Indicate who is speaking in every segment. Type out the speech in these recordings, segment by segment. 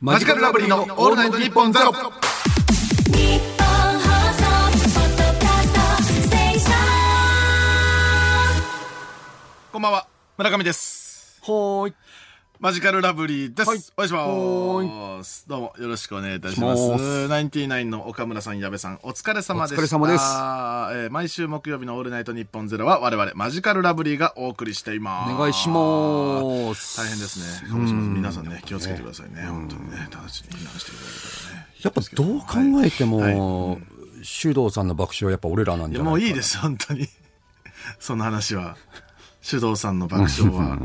Speaker 1: マジカルラブリーのオールナイトニッポンゼロ。
Speaker 2: 日本放送ポッドキャストステーション
Speaker 3: こんばんは、村上です。
Speaker 1: ほーい。
Speaker 3: マジカルラブリーです。
Speaker 1: はい
Speaker 3: お願いします。どうもよろしくお願いいたしま。
Speaker 1: します
Speaker 3: ナインティナインの岡村さん、矢部さん、お疲れ様でした。
Speaker 1: お疲れ様です
Speaker 3: えー毎週木曜日のオールナイトニッポンゼロは我々マジカルラブリーがお送りしています。
Speaker 1: お願いします
Speaker 3: 大変ですね。鹿児島の皆さんね、気をつけてくださいね。本当にね、直ちに避難していただけたらね。
Speaker 1: やっぱどう考えても、
Speaker 3: はい
Speaker 1: 修道さんの爆笑はやっぱ俺らなん
Speaker 3: い
Speaker 1: じ
Speaker 3: や
Speaker 1: ゃない
Speaker 3: もういいです、本当に。 その話は。手動さんの爆笑 は。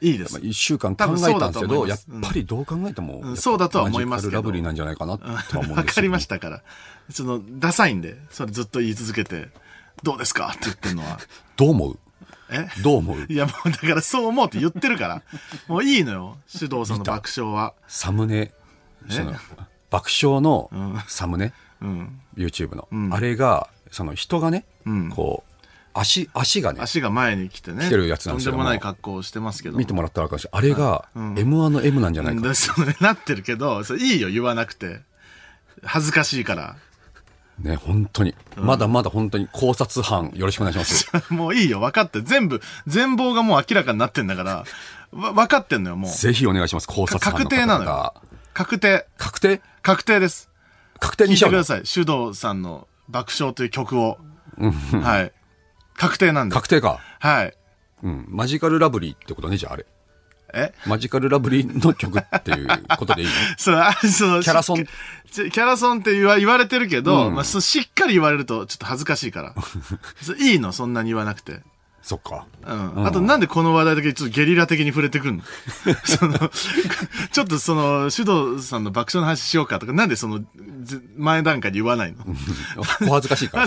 Speaker 3: いいです。
Speaker 1: 1週間考えたんですけど、やっぱりどう考えても、
Speaker 3: んそうだとは思います
Speaker 1: マジ
Speaker 3: け
Speaker 1: カルラ
Speaker 3: ど
Speaker 1: ブリーなんじゃないかなとは思うん
Speaker 3: わ
Speaker 1: です
Speaker 3: か
Speaker 1: よ
Speaker 3: りましたから。その、ダサいんで、それずっと言い続けて、どうですかって言ってるのは。
Speaker 1: どう思う
Speaker 3: え
Speaker 1: どう思う
Speaker 3: いや、もうだからそう思うって言ってるから。もういいのよ、手動さんの爆笑は。
Speaker 1: サムネ、その爆笑のサムネ、
Speaker 3: うん。
Speaker 1: YouTube の、あれが、その人がね、
Speaker 3: ん
Speaker 1: こう、足、足がね、
Speaker 3: 足が前に来てね。
Speaker 1: 来てるやつなんです
Speaker 3: と
Speaker 1: よ
Speaker 3: んでもない格好をしてますけど。
Speaker 1: 見てもらったらわかるし、あれが M1 の M なんじゃないか。
Speaker 3: だそれなってるけど、それいいよ、言わなくて。恥ずかしいから。
Speaker 1: ね、本当に。まだまだ本当に考察班、よろしくお願いします。
Speaker 3: もういいよ、分かって。全部、全貌がもう明らかになってんだから、わ分かってんのよ、もう。
Speaker 1: ぜひお願いします、考察班の
Speaker 3: 確
Speaker 1: 方
Speaker 3: 定なの
Speaker 1: 々
Speaker 3: よ。確定。
Speaker 1: 確定
Speaker 3: 確定です。
Speaker 1: 確定
Speaker 3: 聞
Speaker 1: に
Speaker 3: い
Speaker 1: しち
Speaker 3: て
Speaker 1: ゃう
Speaker 3: く
Speaker 1: の
Speaker 3: ださい。手動さんの爆笑という曲を。はい。確定なんで。
Speaker 1: 確定か。
Speaker 3: はい。
Speaker 1: うん。マジカルラブリーってことね、じゃああれ。
Speaker 3: え
Speaker 1: マジカルラブリーの曲っていうことで いいの
Speaker 3: そう、あその
Speaker 1: キャラソン
Speaker 3: しっかちキャラソンって言わ言われてるけど、まあ、そうしっかり言われるとちょっと恥ずかし いから。そういいの、そんなに言わなくて。
Speaker 1: そっか。
Speaker 3: うんあとなんでこの話題だけちょっとゲリラ的に触れてくるの その、ちょっとその、首藤さんの爆笑の話しようかとか、なんでその、ず前段階で言 わないの
Speaker 1: お恥ずかしいから。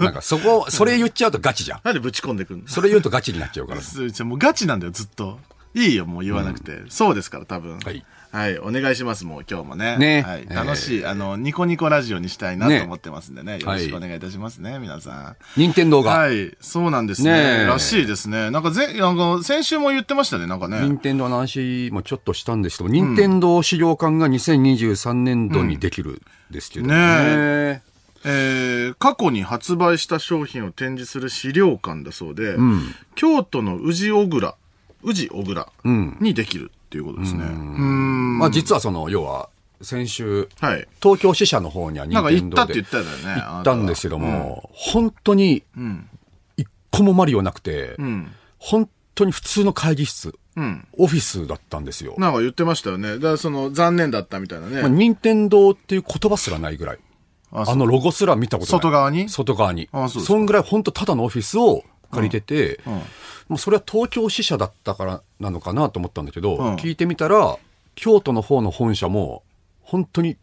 Speaker 1: なんかそこ、それ言っちゃうとガチじゃん。
Speaker 3: なんでぶち込んでくるの
Speaker 1: それ言うとガチになっちゃうから。
Speaker 3: そうじゃあもうガチなんだよ、ずっと。いいよ、もう言わなくて。そうですから、多分。
Speaker 1: はい。
Speaker 3: はい、お願いします、もう今日もね。
Speaker 1: ね
Speaker 3: はい
Speaker 1: え、ー
Speaker 3: 楽しい、あの、ニコニコラジオにしたいな
Speaker 1: ね
Speaker 3: と思ってますんでね。よろしくお願いいたしますね、皆さん。
Speaker 1: 任天堂が。
Speaker 3: はい、そうなんです
Speaker 1: ねえ
Speaker 3: ね。らしいですね。なんかぜ、なんか先週も言ってましたね、なんかね。
Speaker 1: 任天堂の話もちょっとしたんですけど、任天堂資料館が2023年度にできるですけどね。
Speaker 3: ねえー過去に発売した商品を展示する資料館だそうで、京都の宇治小倉、宇治小倉にできるっていうことですね。うん
Speaker 1: まあ実はその、要は、先週、
Speaker 3: はい。
Speaker 1: 東京支社の方には任
Speaker 3: なんか行
Speaker 1: 天
Speaker 3: った
Speaker 1: 堂
Speaker 3: って
Speaker 1: で
Speaker 3: 言ったよね。
Speaker 1: 行ったんですけども、本当に、一個もマリオなくて、本当に普通の会議室、オフィスだったんですよ
Speaker 3: あ。なたは。なんか言ってましたよね。だからその残念だったみたいなね。
Speaker 1: まあ、任天堂っていう言葉すらないぐらい。
Speaker 3: あ
Speaker 1: あ
Speaker 3: そう
Speaker 1: のロゴすら見たことない。
Speaker 3: 外側に
Speaker 1: 外側に。
Speaker 3: あそうですか
Speaker 1: んぐらい本当ただのオフィスを借りてて、もうそれは東京支社だったからなのかなと思ったんだけど、
Speaker 3: ん
Speaker 1: 聞いてみたら、京都の方の本社も、本当に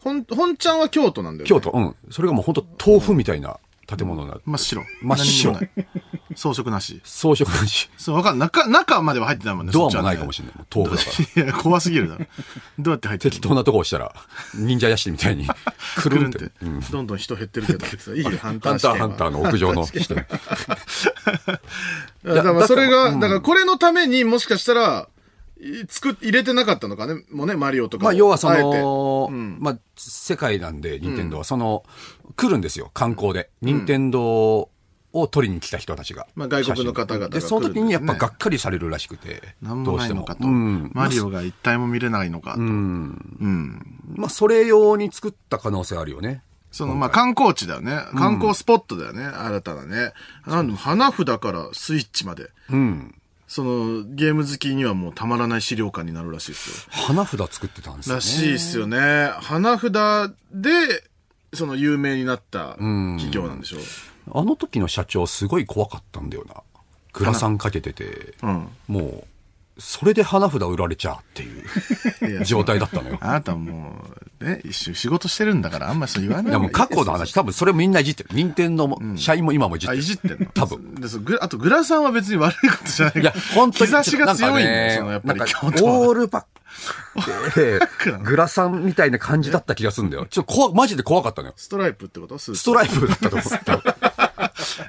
Speaker 3: ほん、本ちゃんは京都なんだよ、ね。
Speaker 1: 京都、うん。それがもう本当豆腐みたいな建物になる。
Speaker 3: 真っ白。
Speaker 1: 真っ白
Speaker 3: 何にもない装飾なし。
Speaker 1: 装飾な し、
Speaker 3: そう、わかんない。中、中までは入ってないもんね。
Speaker 1: ドアもないかも
Speaker 3: し
Speaker 1: しれない。豆腐だから。
Speaker 3: れない。いや、怖すぎるだろ。どうやって入ってる
Speaker 1: 適当なとこ押したら、忍者屋敷みたいに、 く
Speaker 3: く
Speaker 1: る
Speaker 3: る
Speaker 1: んっ
Speaker 3: んって
Speaker 1: て。。
Speaker 3: どんどん人減ってるけど。いいよ、ハンタ
Speaker 1: ハ
Speaker 3: ー
Speaker 1: ン
Speaker 3: 試
Speaker 1: タ
Speaker 3: 験
Speaker 1: ー
Speaker 3: は
Speaker 1: ハンターの屋上 の 人。
Speaker 3: いやだか
Speaker 1: だ
Speaker 3: らそれが、
Speaker 1: う
Speaker 3: だからこれのためにもしかしたら、い作っ、入れてなかったのかね、もうね、マリオとかを。
Speaker 1: まあ、要はそ
Speaker 3: あえて
Speaker 1: の、まあ、世界なんで、任天堂は、その、来るんですよ、観光で。任天堂を取りに来た人たちが。
Speaker 3: まあ外国の方々が来るんで
Speaker 1: です
Speaker 3: ね
Speaker 1: その時にやっぱがっかりされるらしくて、
Speaker 3: なん
Speaker 1: ど
Speaker 3: も
Speaker 1: うし
Speaker 3: ない
Speaker 1: て
Speaker 3: の
Speaker 1: も
Speaker 3: かと。。
Speaker 1: うん
Speaker 3: マリオが一体も見れないのかと。
Speaker 1: まあ、それ用に作った可能性あるよね。
Speaker 3: その、まあ、観光地だよね。観光スポットだよね。新たなね。なんでも花札からスイッチまで。その、ゲーム好きにはもうたまらない資料館になるらしいですよ。
Speaker 1: 花札作ってたんですよ
Speaker 3: ら
Speaker 1: ね。
Speaker 3: しいっすよね。花札で、その有名になった企業なんでしょう。
Speaker 1: あの時の社長すごい怖かったんだよな。グラサンかけてて、
Speaker 3: ん
Speaker 1: もう、それで花札売られちゃうって
Speaker 3: い
Speaker 1: いう
Speaker 3: や
Speaker 1: 状態だったのよ。
Speaker 3: あなたもう、ね、一緒仕事してるんだから、あんまり そう言わない
Speaker 1: いやもう過去の話、多分それみんないじってる。任天堂も、社員も今もいじっ
Speaker 3: あ、
Speaker 1: て
Speaker 3: い
Speaker 1: る。
Speaker 3: じってんの
Speaker 1: 多分。
Speaker 3: でそうグラあと、グラさんは別に悪いことじゃない
Speaker 1: いや、本当に。
Speaker 3: 日差しが強いんだよ、その、や
Speaker 1: な
Speaker 3: っ
Speaker 1: んか
Speaker 3: ぱり
Speaker 1: ね
Speaker 3: 京
Speaker 1: なんか
Speaker 3: 都は
Speaker 1: オールバ ックで、グラサンみたいな感じだった気がするんだよ。ちょっと怖、マジで怖かったのよ。
Speaker 3: ストライプってことスーツ
Speaker 1: ストライプだったと思 った。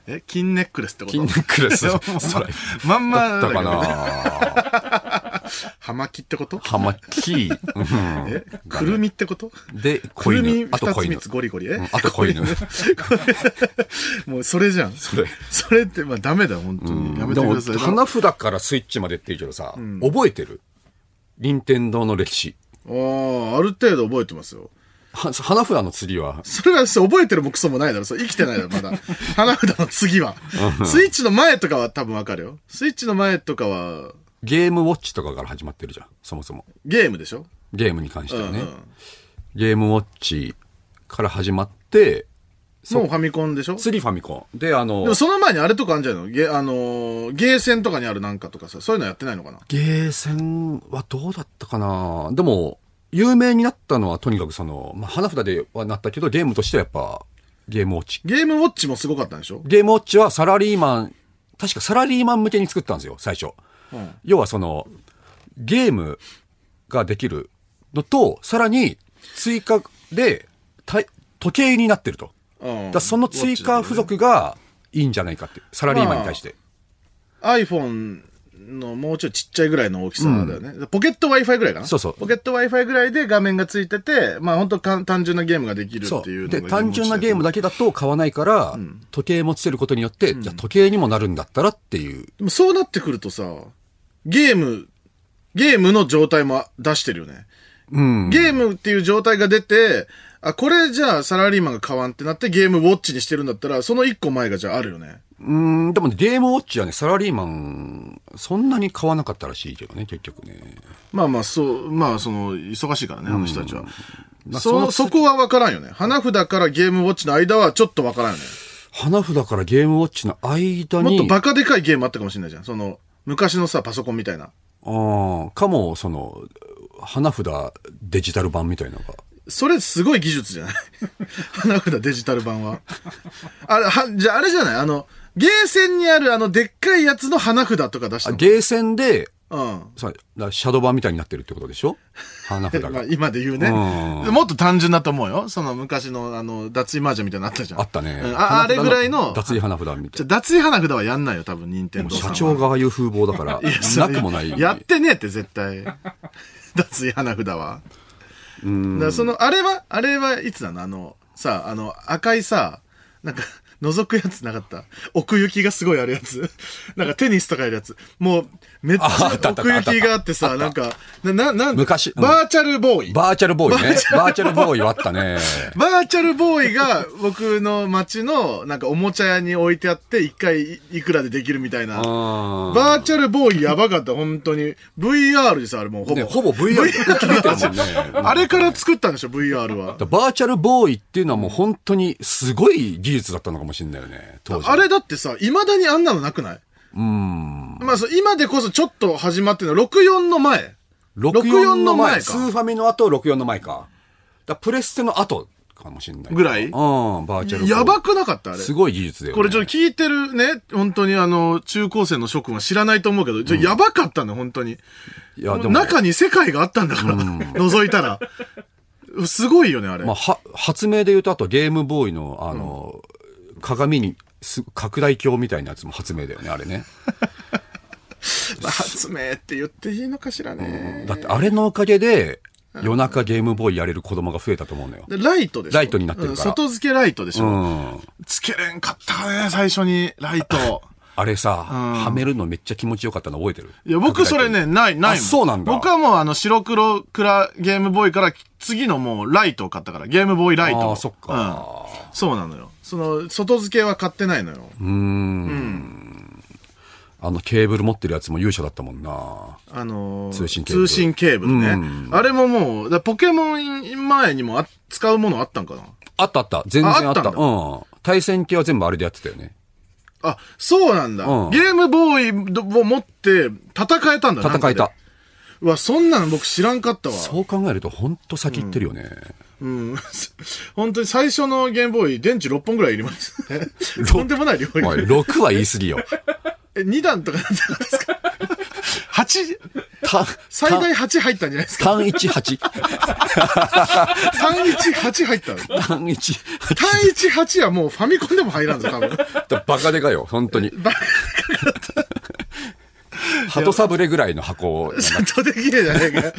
Speaker 3: え、金ネックレスってこと
Speaker 1: 金ネックレス
Speaker 3: いやもう
Speaker 1: ストライ
Speaker 3: まんま
Speaker 1: だったか
Speaker 3: けどね
Speaker 1: な
Speaker 3: 葉巻ってこと
Speaker 1: 葉巻、うん
Speaker 3: えくるみってこと
Speaker 1: で、
Speaker 3: く
Speaker 1: 子
Speaker 3: るみ
Speaker 1: 犬。あ
Speaker 3: 二
Speaker 1: と
Speaker 3: つ
Speaker 1: 子犬
Speaker 3: 三。つゴリゴリ。え
Speaker 1: うんあと子犬。
Speaker 3: もうそれじゃん。そ
Speaker 1: れ。
Speaker 3: それって、まあダメだ、本当に。やめ
Speaker 1: で
Speaker 3: てく
Speaker 1: も、
Speaker 3: ださい。
Speaker 1: 花札からスイッチまでっていうけどさ、覚えてる任天堂の歴史。
Speaker 3: ああ、ある程度覚えてますよ。
Speaker 1: は花札の次は、
Speaker 3: それはそう覚えてるもクソもないだろ。そう生きてないだろ、まだ。花札の次は。スイッチの前とかは多分わかるよ。スイッチの前とかは、
Speaker 1: ゲームウォッチとかから始まってるじゃん、そもそも。
Speaker 3: ゲームでしょ
Speaker 1: ゲームに関してはね。
Speaker 3: うんうん
Speaker 1: ゲームウォッチから始まって、
Speaker 3: もうファミコンでしょ
Speaker 1: 次ファミコン。で、あ
Speaker 3: で
Speaker 1: の
Speaker 3: も、その前にあれとかあるんじゃないのゲ、あのーゲーセンとかにあるなんかとかさ、そういうのやってないのかな
Speaker 1: ゲーセンはどうだったかなでも、有名になったのはとにかくその、まあ、花札ではなったけど、ゲームとしてはやっぱ、ゲームウォッチ。
Speaker 3: ゲームウォッチもすごかったんでしょ
Speaker 1: ゲームウォッチはサラリーマン、確かサラリーマン向けに作ったんですよ、最初。
Speaker 3: うん
Speaker 1: 要はその、ゲームができるのと、さらに追加で、た時計になってると。
Speaker 3: うん
Speaker 1: だからその追加付属がいいんじゃないかって、サラリーマンに対して。
Speaker 3: iPhone のもうちょいちっちゃいぐらいの大きさだよね。ポケット Wi-Fi ぐらいかな
Speaker 1: そうそう
Speaker 3: ポケット Wi-Fi ぐらいで画面がついてて、まあ本当単純なゲームができる
Speaker 1: そ。
Speaker 3: っていうう
Speaker 1: で、単純なゲーム
Speaker 3: だ。
Speaker 1: だけだと買わないから、時計もつけることによって、じゃあ時計にもなるんだったらっていう。
Speaker 3: でもそうなってくるとさ、ゲーム、ゲームの状態も出してるよね。
Speaker 1: うん。
Speaker 3: ゲームっていう状態が出て、あ、これじゃあサラリーマンが買わんってなってゲームウォッチにしてるんだったら、その一個前がじゃああるよね。
Speaker 1: うん、でもねゲームウォッチはね、サラリーマン、そんなに買わなかったらしいけどね、結局ね。
Speaker 3: まあまあ、そう、まあ、その、忙しいからね、あの人たちは。
Speaker 1: まあそ
Speaker 3: そ
Speaker 1: の
Speaker 3: そこは分からんよね。花札からゲームウォッチの間はちょっと分からんよね。
Speaker 1: 花札からゲームウォッチの間
Speaker 3: もっ
Speaker 1: に、
Speaker 3: とバカでかいゲームあったかもしれないじゃん。その、昔のさ、パソコンみたいな。
Speaker 1: ああ、かも、その、花札デジタル版みたいなのが。
Speaker 3: それすごい技術じゃない 花札デジタル版は。あれ、は、じゃああれじゃないあの、ゲーセンにあるあの、でっかいやつの花札とか出した
Speaker 1: あ
Speaker 3: の。
Speaker 1: ゲーセンで、
Speaker 3: うん。
Speaker 1: さだからシャドー版みたいになってるってことでしょ花札
Speaker 3: まあ
Speaker 1: が。
Speaker 3: 今で言うね。
Speaker 1: うん
Speaker 3: もっと単純だと思うよ。その昔の、あの、脱衣麻雀みたいなのあったじゃん。
Speaker 1: あったね
Speaker 3: うん。ああれぐらいの。
Speaker 1: 脱衣花札みた
Speaker 3: じ
Speaker 1: い
Speaker 3: ゃ、脱衣花札はやんないよ、多分、任天
Speaker 1: な。
Speaker 3: 堂さん
Speaker 1: 社
Speaker 3: は
Speaker 1: 長がああいう風貌だから、
Speaker 3: いやそれ
Speaker 1: なくもない。
Speaker 3: やってねえって、絶対。 脱衣花札は。だからその、あれは、あれはいつなのあの、さ、あの、赤いさ、なんか、 覗くやつなかった奥行きがすごいあるやつ なんかテニスとかやるやつ。もう、めっち
Speaker 1: ああ
Speaker 3: ゃ
Speaker 1: ったあった
Speaker 3: 奥行きがあってさ、なんか、な、な、なん
Speaker 1: 昔うん
Speaker 3: バーチャルボーイ。
Speaker 1: バーチャルボーイね。バーチャルボーイはあった ね。
Speaker 3: バーチャルボーイが僕の街のなんかおもちゃ屋に置いてあって一回いいくらでできるみたいな。
Speaker 1: あ
Speaker 3: バーチャルボーイやばかった、本当に。VR です、あれもうほ
Speaker 1: あ。
Speaker 3: ぼ。
Speaker 1: ね、ほぼ VR で浮き出てるもんね。うん
Speaker 3: あれから作ったんでしょ、VR は。
Speaker 1: バーチャルボーイっていうのはもう本当にすごい技術だったのかもしれないよね、当時。
Speaker 3: あれだってさ、未だにあんなのなくない
Speaker 1: うん。
Speaker 3: まあそう、今でこそちょっと始まってるの、64の前。
Speaker 1: 64の前
Speaker 3: か
Speaker 1: スーファミの後、64の前か。だプレステの後かもしれない。
Speaker 3: ぐらい
Speaker 1: うん、バーチャル。
Speaker 3: やばくなかった、あれ。
Speaker 1: すごい技術だよ、ね。
Speaker 3: これちょっと聞いてるね、本当にあの、中高生の諸君は知らないと思うけど、ちょやばかったの、本当に。
Speaker 1: いや、でも、
Speaker 3: 中に世界があったんだから、 覗いたら。すごいよね、あれ。
Speaker 1: まあ、は、発明で言うと、あとゲームボーイの、あの、鏡にす、拡大鏡みたいなやつも発明だよね、あれね。
Speaker 3: 発明って言っていいのかしらね。
Speaker 1: だって、あれのおかげで、夜中ゲームボーイやれる子供が増えたと思うのよ。
Speaker 3: でライトでしょ
Speaker 1: ライトになってるから
Speaker 3: うん外付けライトでし
Speaker 1: う
Speaker 3: ょ、
Speaker 1: ん。
Speaker 3: つけれんかったね、最初に、ライト。
Speaker 1: あれさ、はめるのめっちゃ気持ちよかったの覚えてる
Speaker 3: いや、僕それ。ね、ない、ないも
Speaker 1: あそうなんだ
Speaker 3: 僕はもうあの、白黒暗ゲームボーイから、次のもう、ライトを買ったから、ゲームボーイライ
Speaker 1: 拡大
Speaker 3: ト。
Speaker 1: 鏡ああ、そっか。
Speaker 3: うん。そうなのよ。その、外付けは買ってないのよ。
Speaker 1: あのケーブル持ってるやつも勇者だったもんな。
Speaker 3: あのー
Speaker 1: 通信ケーブル
Speaker 3: 通信ケーブルね。
Speaker 1: うん
Speaker 3: あれももう、だポケモン前にもあ使うものあったんかな
Speaker 1: あったあった。全然あった。
Speaker 3: ああったんだ
Speaker 1: うん。対戦系は全部あれでやってたよね。
Speaker 3: あ、そうなんだ。
Speaker 1: うん
Speaker 3: ゲームボーイを持って戦えたんだなん
Speaker 1: 戦
Speaker 3: か
Speaker 1: え
Speaker 3: で
Speaker 1: た。
Speaker 3: うわ、そんなの僕知らんかったわ。
Speaker 1: そう考えると、ほんと先行ってるよね。
Speaker 3: うん。本当に最初のゲームボーイ、電池6本ぐらいいりましたね。 とんでもない量い
Speaker 1: おい、
Speaker 3: る。
Speaker 1: 6は言い過ぎよ。
Speaker 3: え、2段とかなんじゃないですか ?8?
Speaker 1: 単、
Speaker 3: 最大8入ったんじゃないですか
Speaker 1: 単18。
Speaker 3: 単1、8入ったの。単
Speaker 1: 単1。
Speaker 3: 1、8はもうファミ コンでも入らんぞ、多分。
Speaker 1: バカでかよ、本当に。鳩サブレぐらいの箱を、
Speaker 3: ちょっとできねえじゃねえかよ。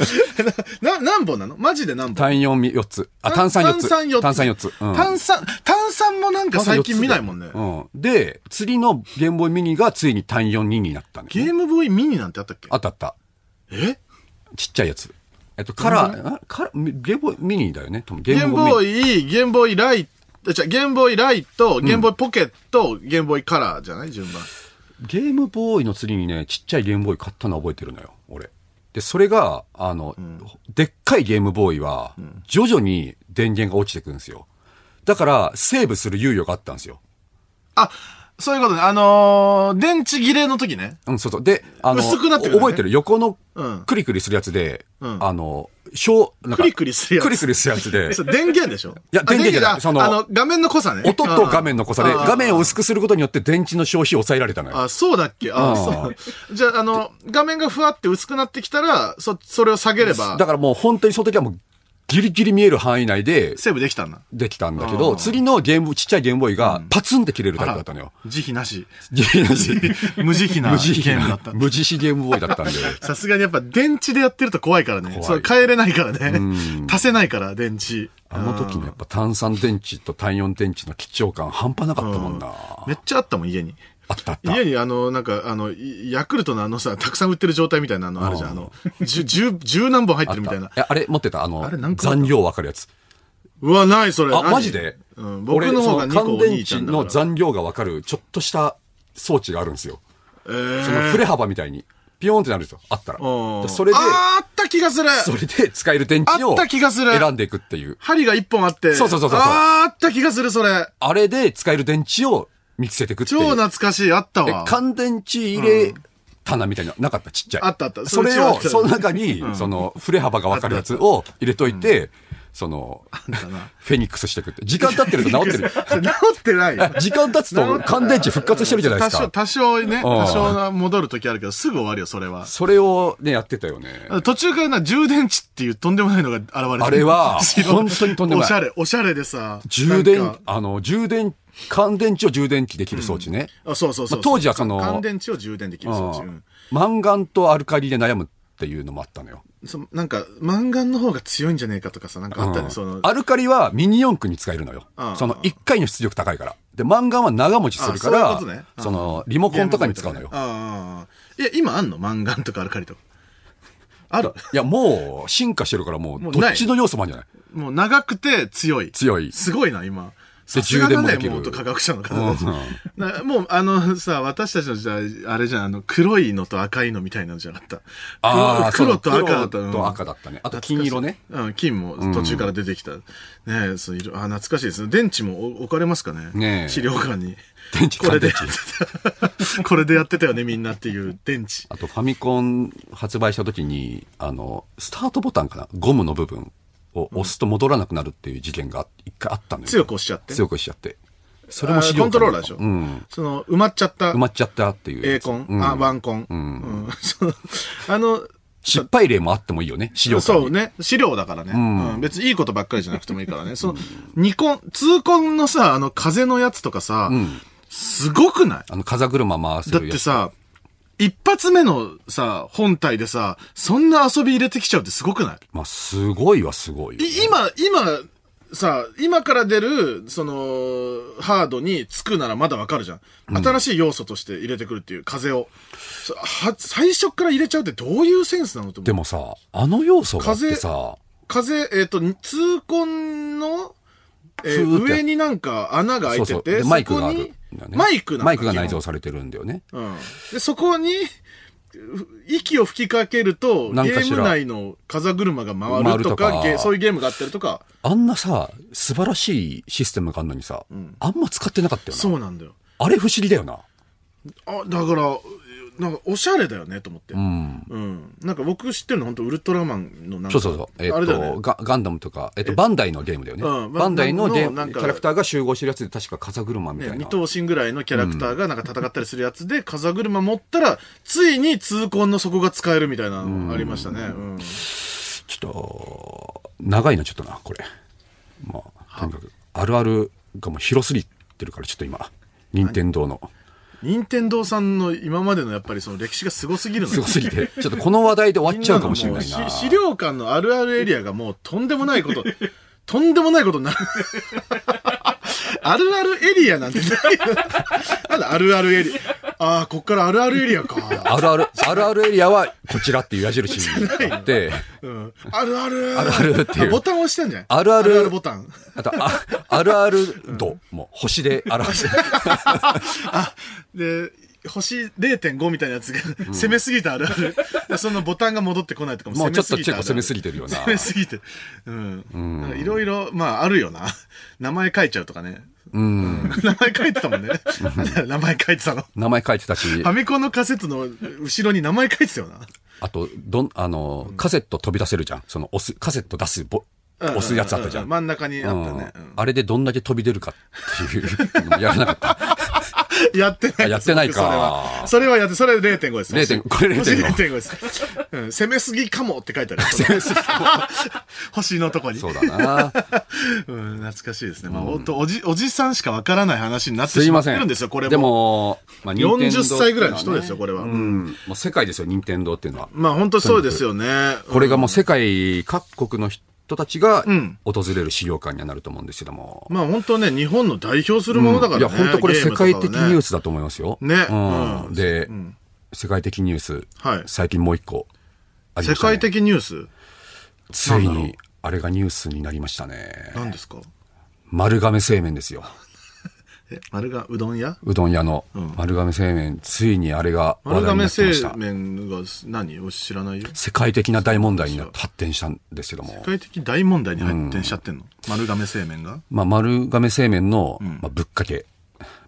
Speaker 3: な、何本なのマジで何本
Speaker 1: 単四4つ。あ、炭酸4つ。
Speaker 3: 炭酸4つ。
Speaker 1: 炭酸4つ。うん
Speaker 3: 炭酸、炭酸もなんか最近見ないもんね。
Speaker 1: うん。で、釣りのゲームボーイミニがついに単4にになったんです
Speaker 3: ゲ
Speaker 1: ね。
Speaker 3: ームボーイミニなんてあったっけ
Speaker 1: あったあった。
Speaker 3: え
Speaker 1: ちっちゃいやつ。えっと、カラー、あカラー、ゲームボーイミニだよね。多分ゲ
Speaker 3: ゲー
Speaker 1: ーム
Speaker 3: ム
Speaker 1: ボーイミ
Speaker 3: ボ
Speaker 1: ニ。
Speaker 3: ーイ、ゲームボーイライト、じゃゲームボーイライト、ゲームボーイポケット、ゲームボーイカラーじゃない順番。
Speaker 1: ゲームボーイの釣りにね、ちっちゃいゲームボーイ買ったの覚えてるのよ、俺。で、それが、あの、でっかいゲームボーイは、徐々に電源が落ちてくるんですよ。だから、セーブする猶予があったんですよ。
Speaker 3: あ、そういうことね。あのー、電池切れの時ね。
Speaker 1: うん、そうそう。で、あの、
Speaker 3: 薄くなってくるね
Speaker 1: 覚えてる横の
Speaker 3: うん
Speaker 1: クリクリするやつで、
Speaker 3: ん
Speaker 1: あの、小、なんか、
Speaker 3: クリクリするやつ
Speaker 1: クリクリするやつで、
Speaker 3: そう電源でしょ
Speaker 1: いや電源じゃない
Speaker 3: あ
Speaker 1: その
Speaker 3: あの、画面の濃さね。
Speaker 1: 音と画面の濃さで、
Speaker 3: あー
Speaker 1: 画面を薄くすることによって電池の消費を抑えられたのよ。
Speaker 3: あ、そうだっけあ、
Speaker 1: うん
Speaker 3: そう。じゃあ、あの、画面がふわって薄くなってきたら、そ、それを下げれば
Speaker 1: だ、からもう本当にその時はもう、ギリギリ見える範囲内で、
Speaker 3: セーブできたんだ。
Speaker 1: できたんだけ
Speaker 3: あー
Speaker 1: ど、次のゲーム、ちっちゃいゲームボーイがパツンって切れるタイプだったのよ。
Speaker 3: 慈悲 なし。
Speaker 1: ゲームボーイ
Speaker 3: 無慈悲な
Speaker 1: 無慈
Speaker 3: ゲ
Speaker 1: 悲
Speaker 3: ームだ
Speaker 1: な
Speaker 3: った。
Speaker 1: 無慈悲ゲームボーイだった んで。
Speaker 3: さすがにやっぱ電池でやってると怖いからね。
Speaker 1: い
Speaker 3: そう、変えれないからね。足せないから、電池。
Speaker 1: あの時のやっぱ炭酸電池と単四電池の貴重感半端なかったもんな。あ
Speaker 3: めっちゃあったもん、家に。
Speaker 1: ったあった。
Speaker 3: 家にあの、なんか、あの、いヤクルトのあのさ、たくさん売ってる状態みたいなのあるじゃん。あの、十、十、十何本入ってるみたいな。
Speaker 1: や、あれ持ってたあの
Speaker 3: あれ何、個だった
Speaker 1: 残量わかるやつ。
Speaker 3: うわ、ない、それ。
Speaker 1: あ、
Speaker 3: 何
Speaker 1: マジで
Speaker 3: うん、僕の方が
Speaker 1: 俺
Speaker 3: 2
Speaker 1: そ
Speaker 3: 個
Speaker 1: 乾
Speaker 3: お兄
Speaker 1: 電
Speaker 3: ちゃ
Speaker 1: 池
Speaker 3: んだから
Speaker 1: の残量がわかる、ちょっとした装置があるんですよ。
Speaker 3: えー
Speaker 1: その振れ幅みたいに、ピヨーンってなるんですよ。あったら。
Speaker 3: うん
Speaker 1: でそれで、
Speaker 3: あーあった気がする
Speaker 1: それで使える電池
Speaker 3: あっ
Speaker 1: を
Speaker 3: た気がする
Speaker 1: 選んでいくっていう。
Speaker 3: 針が一本あって。
Speaker 1: そうそうそうそう
Speaker 3: あーあった気がする、それ。
Speaker 1: あれで使える電池を見つけていくっていう。
Speaker 3: 超懐かしい、あった
Speaker 1: え
Speaker 3: わ。
Speaker 1: 乾電池入れ棚みたいな、なかった、ちっちゃい。
Speaker 3: あったあった
Speaker 1: それ
Speaker 3: それうちはあっ
Speaker 1: を、
Speaker 3: た
Speaker 1: その中に、その、振れ幅がわかるやつを入れといて、その、フェニックスしていくって。時間経ってると 治って る。
Speaker 3: それ治ってないよ。
Speaker 1: 時間経つと乾電池復活してるじゃないで
Speaker 3: 多
Speaker 1: す
Speaker 3: 少、
Speaker 1: か。
Speaker 3: 多少ね、
Speaker 1: ん
Speaker 3: 多少な戻る時あるけど、すぐ終わるよ、それは。
Speaker 1: それをね、やってたよね。
Speaker 3: 途中からな、充電池っていうとんでもないのが現れてる
Speaker 1: あれは
Speaker 3: 白
Speaker 1: 本当にとんでもない
Speaker 3: おしゃれ、おしゃれでさ。
Speaker 1: 充
Speaker 3: なん
Speaker 1: 電
Speaker 3: か、
Speaker 1: あの、充電、乾電池を充電器できる装置ね。
Speaker 3: あそうそうそうそう
Speaker 1: まあ当時はその
Speaker 3: 乾電池を充電できる装置。う
Speaker 1: うんんマンガンとアルカリで悩むっていうのもあったのよ。
Speaker 3: そなんか、マンガンの方が強いんじゃねえかとかさ、なんかあった
Speaker 1: う
Speaker 3: ね、
Speaker 1: ん
Speaker 3: その。
Speaker 1: アルカリはミニ四駆に使えるのよ
Speaker 3: うん。
Speaker 1: その1回の出力高いから。で、マンガンは長持ちするか
Speaker 3: あ
Speaker 1: ら
Speaker 3: そういうことね、うん
Speaker 1: その、リモコンとかに使うのよ
Speaker 3: あ。あああ。いや、今あんのマンガンとかアルカリとか。ある
Speaker 1: いや、もう、進化してるからも
Speaker 3: もう
Speaker 1: う、
Speaker 3: な
Speaker 1: ど
Speaker 3: い
Speaker 1: っちの要素もあるんじゃない
Speaker 3: もう長くて強い。
Speaker 1: 強い。
Speaker 3: すごいな、今。さ
Speaker 1: です
Speaker 3: がだ
Speaker 1: 充電も
Speaker 3: ね、
Speaker 1: できる
Speaker 3: もう元科学者の方たち
Speaker 1: うん
Speaker 3: なもう、あのさ、私たちの時代、あれじゃん、あの、黒いのと赤いのみたいなのじゃなかった。
Speaker 1: あー
Speaker 3: 黒黒と
Speaker 1: そう
Speaker 3: 赤だった。
Speaker 1: 黒
Speaker 3: うん
Speaker 1: と赤だったねあと金色ね。
Speaker 3: うん、金も途中から出てきた。ねえ、そういろ、あ、懐かしいですね。電池もお置かれますかね
Speaker 1: ねえ
Speaker 3: 資料館に。
Speaker 1: 電池
Speaker 3: これで
Speaker 1: 乾電
Speaker 3: これでやってたよね、みんなっていう電池。
Speaker 1: あと、ファミコン発売した時に、あの、スタートボタンかなゴムの部分を押すと戻らなくなるっていう事件が一回あったのよ。
Speaker 3: 強く押しちゃって。
Speaker 1: 強くしちゃって。そ
Speaker 3: あ
Speaker 1: れも資
Speaker 3: ー
Speaker 1: 料
Speaker 3: コントローラー
Speaker 1: 館
Speaker 3: でしょ。
Speaker 1: うん。
Speaker 3: その、埋まっちゃった。
Speaker 1: 埋まっちゃったっていうや
Speaker 3: A
Speaker 1: つ。
Speaker 3: コン、
Speaker 1: うん
Speaker 3: あ、ワンコン。うん そのあの、
Speaker 1: 失敗例もあってもいいよね、資料館に
Speaker 3: そうね。資料だからね、うん別にいいことばっかりじゃなくてもいいからね。その、二コン、2コンのさ、あの、風のやつとかさ、すごくない
Speaker 1: あの、風車回せ
Speaker 3: だっ
Speaker 1: るや
Speaker 3: て
Speaker 1: つ。
Speaker 3: さ、一発目のさ、本体でさ、そんな遊び入れてきちゃうってすごくない
Speaker 1: まあ、すごいはすごいよね、
Speaker 3: い今、今、さ、今から出る、その、ハードにつくならまだわかるじゃん。新しい要素として入れてくるっていう風を。そは最初から入れちゃうってどういうセンスなのと思う
Speaker 1: でもさ、あの要素があってさ、
Speaker 3: 風、えっ、と、痛恨の、えー
Speaker 1: ふーって
Speaker 3: 上になんか穴が開いてて、
Speaker 1: で
Speaker 3: そ
Speaker 1: マイクが
Speaker 3: こ
Speaker 1: あ
Speaker 3: に
Speaker 1: るんだよね。
Speaker 3: マイクなんだ
Speaker 1: マイクが内
Speaker 3: 基
Speaker 1: 蔵
Speaker 3: 本
Speaker 1: されてるんだよね。
Speaker 3: うん。で、そこに、ふ息を吹きかけると、ゲ
Speaker 1: なんかしら
Speaker 3: ーム内の風車が回
Speaker 1: 回
Speaker 3: る
Speaker 1: る
Speaker 3: と
Speaker 1: と
Speaker 3: か
Speaker 1: か
Speaker 3: ゲそういうゲームがあったりとか、
Speaker 1: あんなさ、素晴らしいシステムがあんのにさ、あんま使ってなかったよな。
Speaker 3: そうなんだよ。
Speaker 1: あれ不思議だよな。
Speaker 3: あ、だから、えなんかおしゃれだよね、と思って。うん。なんか僕知ってるの本当ウルトラマンのなん
Speaker 1: そ
Speaker 3: か、
Speaker 1: うそうそう。えっ、
Speaker 3: あれだよ
Speaker 1: と、
Speaker 3: ね。
Speaker 1: ガガンダムとか、えっ、と、バンダイのゲームだよね。
Speaker 3: うん
Speaker 1: バンダイのゲー
Speaker 3: なん
Speaker 1: ム、キ
Speaker 3: か
Speaker 1: ャラクターが集合してるやつで確か風車みたいな。
Speaker 3: ね、二頭身ぐらいのキャラクターがなんか戦ったりするやつで、風車持ったら、ついに痛恨の底が使えるみたいなのありましたね。うん。
Speaker 1: ちょっと、長いな、ちょっとな、これ。まあ、とにかく、あるあるがもう広すぎてるから、ちょっと今、任天堂の。
Speaker 3: 任天堂さんの今までのやっぱりその歴史がすごすぎるの
Speaker 1: すごすぎて。ちょっとこの話題で終わっちゃうかもしれない
Speaker 3: みんの
Speaker 1: な
Speaker 3: もう。し資料館のあるあるエリアがもうとんでもな いこと、とんでもないことになる。 あるあるエリアなんてない。 なんだあるあるエリア。ああ、こっからあるあるエリアか。
Speaker 1: あるある、あるあるエリアはこちらっていう矢印になって、
Speaker 3: うん。あるある。
Speaker 1: あるあるっていう
Speaker 3: ボタン押したんじゃない
Speaker 1: あるある
Speaker 3: あるあるボタン。
Speaker 1: あと、ああるある度も星で表して、
Speaker 3: で、星0.5みたいなやつが、攻めすぎたあるある。でそのボタンが戻ってこないとかも
Speaker 1: もうちょっと
Speaker 3: 攻めす
Speaker 1: 結構
Speaker 3: ぎたあるあ
Speaker 1: 攻めすぎ
Speaker 3: る
Speaker 1: てるよな。
Speaker 3: 攻めすぎて。うん。なんかいろいろ、まあ、あるよな。名前書いちゃうとかね。うん。名前書いてたもん ね。名前書いてたの。フ
Speaker 1: 名前書いてたし、
Speaker 3: ァミコンのカセットの後ろに名前書いてたよな。
Speaker 1: あと、どん、あの、カセット飛び出せるじゃん。その、押す、カセット出す、ぼ押すやつあったじゃ。
Speaker 3: うん真ん中にあったね。
Speaker 1: うんあれでどんだけ飛び出るかっていうのもやらなかった。
Speaker 3: うんやってない。
Speaker 1: あやってないか
Speaker 3: それは。それはやって、それは0.5です。
Speaker 1: 0.5これ0.5
Speaker 3: 星0.5です。うん攻めすぎかもって書い てある。 星のとこに。
Speaker 1: そうだな。
Speaker 3: うん、懐かしいですね。まあ、ほんと、おじ、おじさんしかわからない話になって
Speaker 1: す
Speaker 3: し
Speaker 1: い
Speaker 3: ま
Speaker 1: ま
Speaker 3: って
Speaker 1: せ
Speaker 3: るん
Speaker 1: ん。
Speaker 3: ですよ、これも。
Speaker 1: でも、まあ、任天堂
Speaker 3: 40
Speaker 1: ってうはね
Speaker 3: 歳ぐらいの人ですよ、これは。
Speaker 1: うん。もう世界ですよ、任天堂っていうのは。
Speaker 3: まあ本当そうですよね。
Speaker 1: これがもう世界各国の人たちが
Speaker 3: ん
Speaker 1: 訪れる資料館にはなると思うんですけども。
Speaker 3: まあ本当ね、日本の代表するものだか
Speaker 1: い
Speaker 3: ら
Speaker 1: や、
Speaker 3: ね。
Speaker 1: 本当これ
Speaker 3: ゲー
Speaker 1: 世
Speaker 3: ムとかは
Speaker 1: 界
Speaker 3: ね
Speaker 1: 的ニュースだと思いますよ。
Speaker 3: ね
Speaker 1: うん
Speaker 3: うん
Speaker 1: で、世界的ニュース、
Speaker 3: はい
Speaker 1: 最近もう一個ありま
Speaker 3: 世
Speaker 1: したね
Speaker 3: 界的ニュース
Speaker 1: ついに、あれがニュースになりましたね。
Speaker 3: 何ですか
Speaker 1: 丸亀製麺ですよ。
Speaker 3: え、丸がうどん屋
Speaker 1: うどん屋の丸亀製麺、ついにあれが話
Speaker 3: 丸
Speaker 1: 題にな
Speaker 3: 亀
Speaker 1: ってま
Speaker 3: 製
Speaker 1: した。
Speaker 3: 麺が何を知らないよ。
Speaker 1: 世界的な大問題にな発展したんですけども
Speaker 3: 世。界的大問題に発展しちゃってんの、丸亀製麺が
Speaker 1: まあ、丸亀製麺の、まあ、ぶっかけ、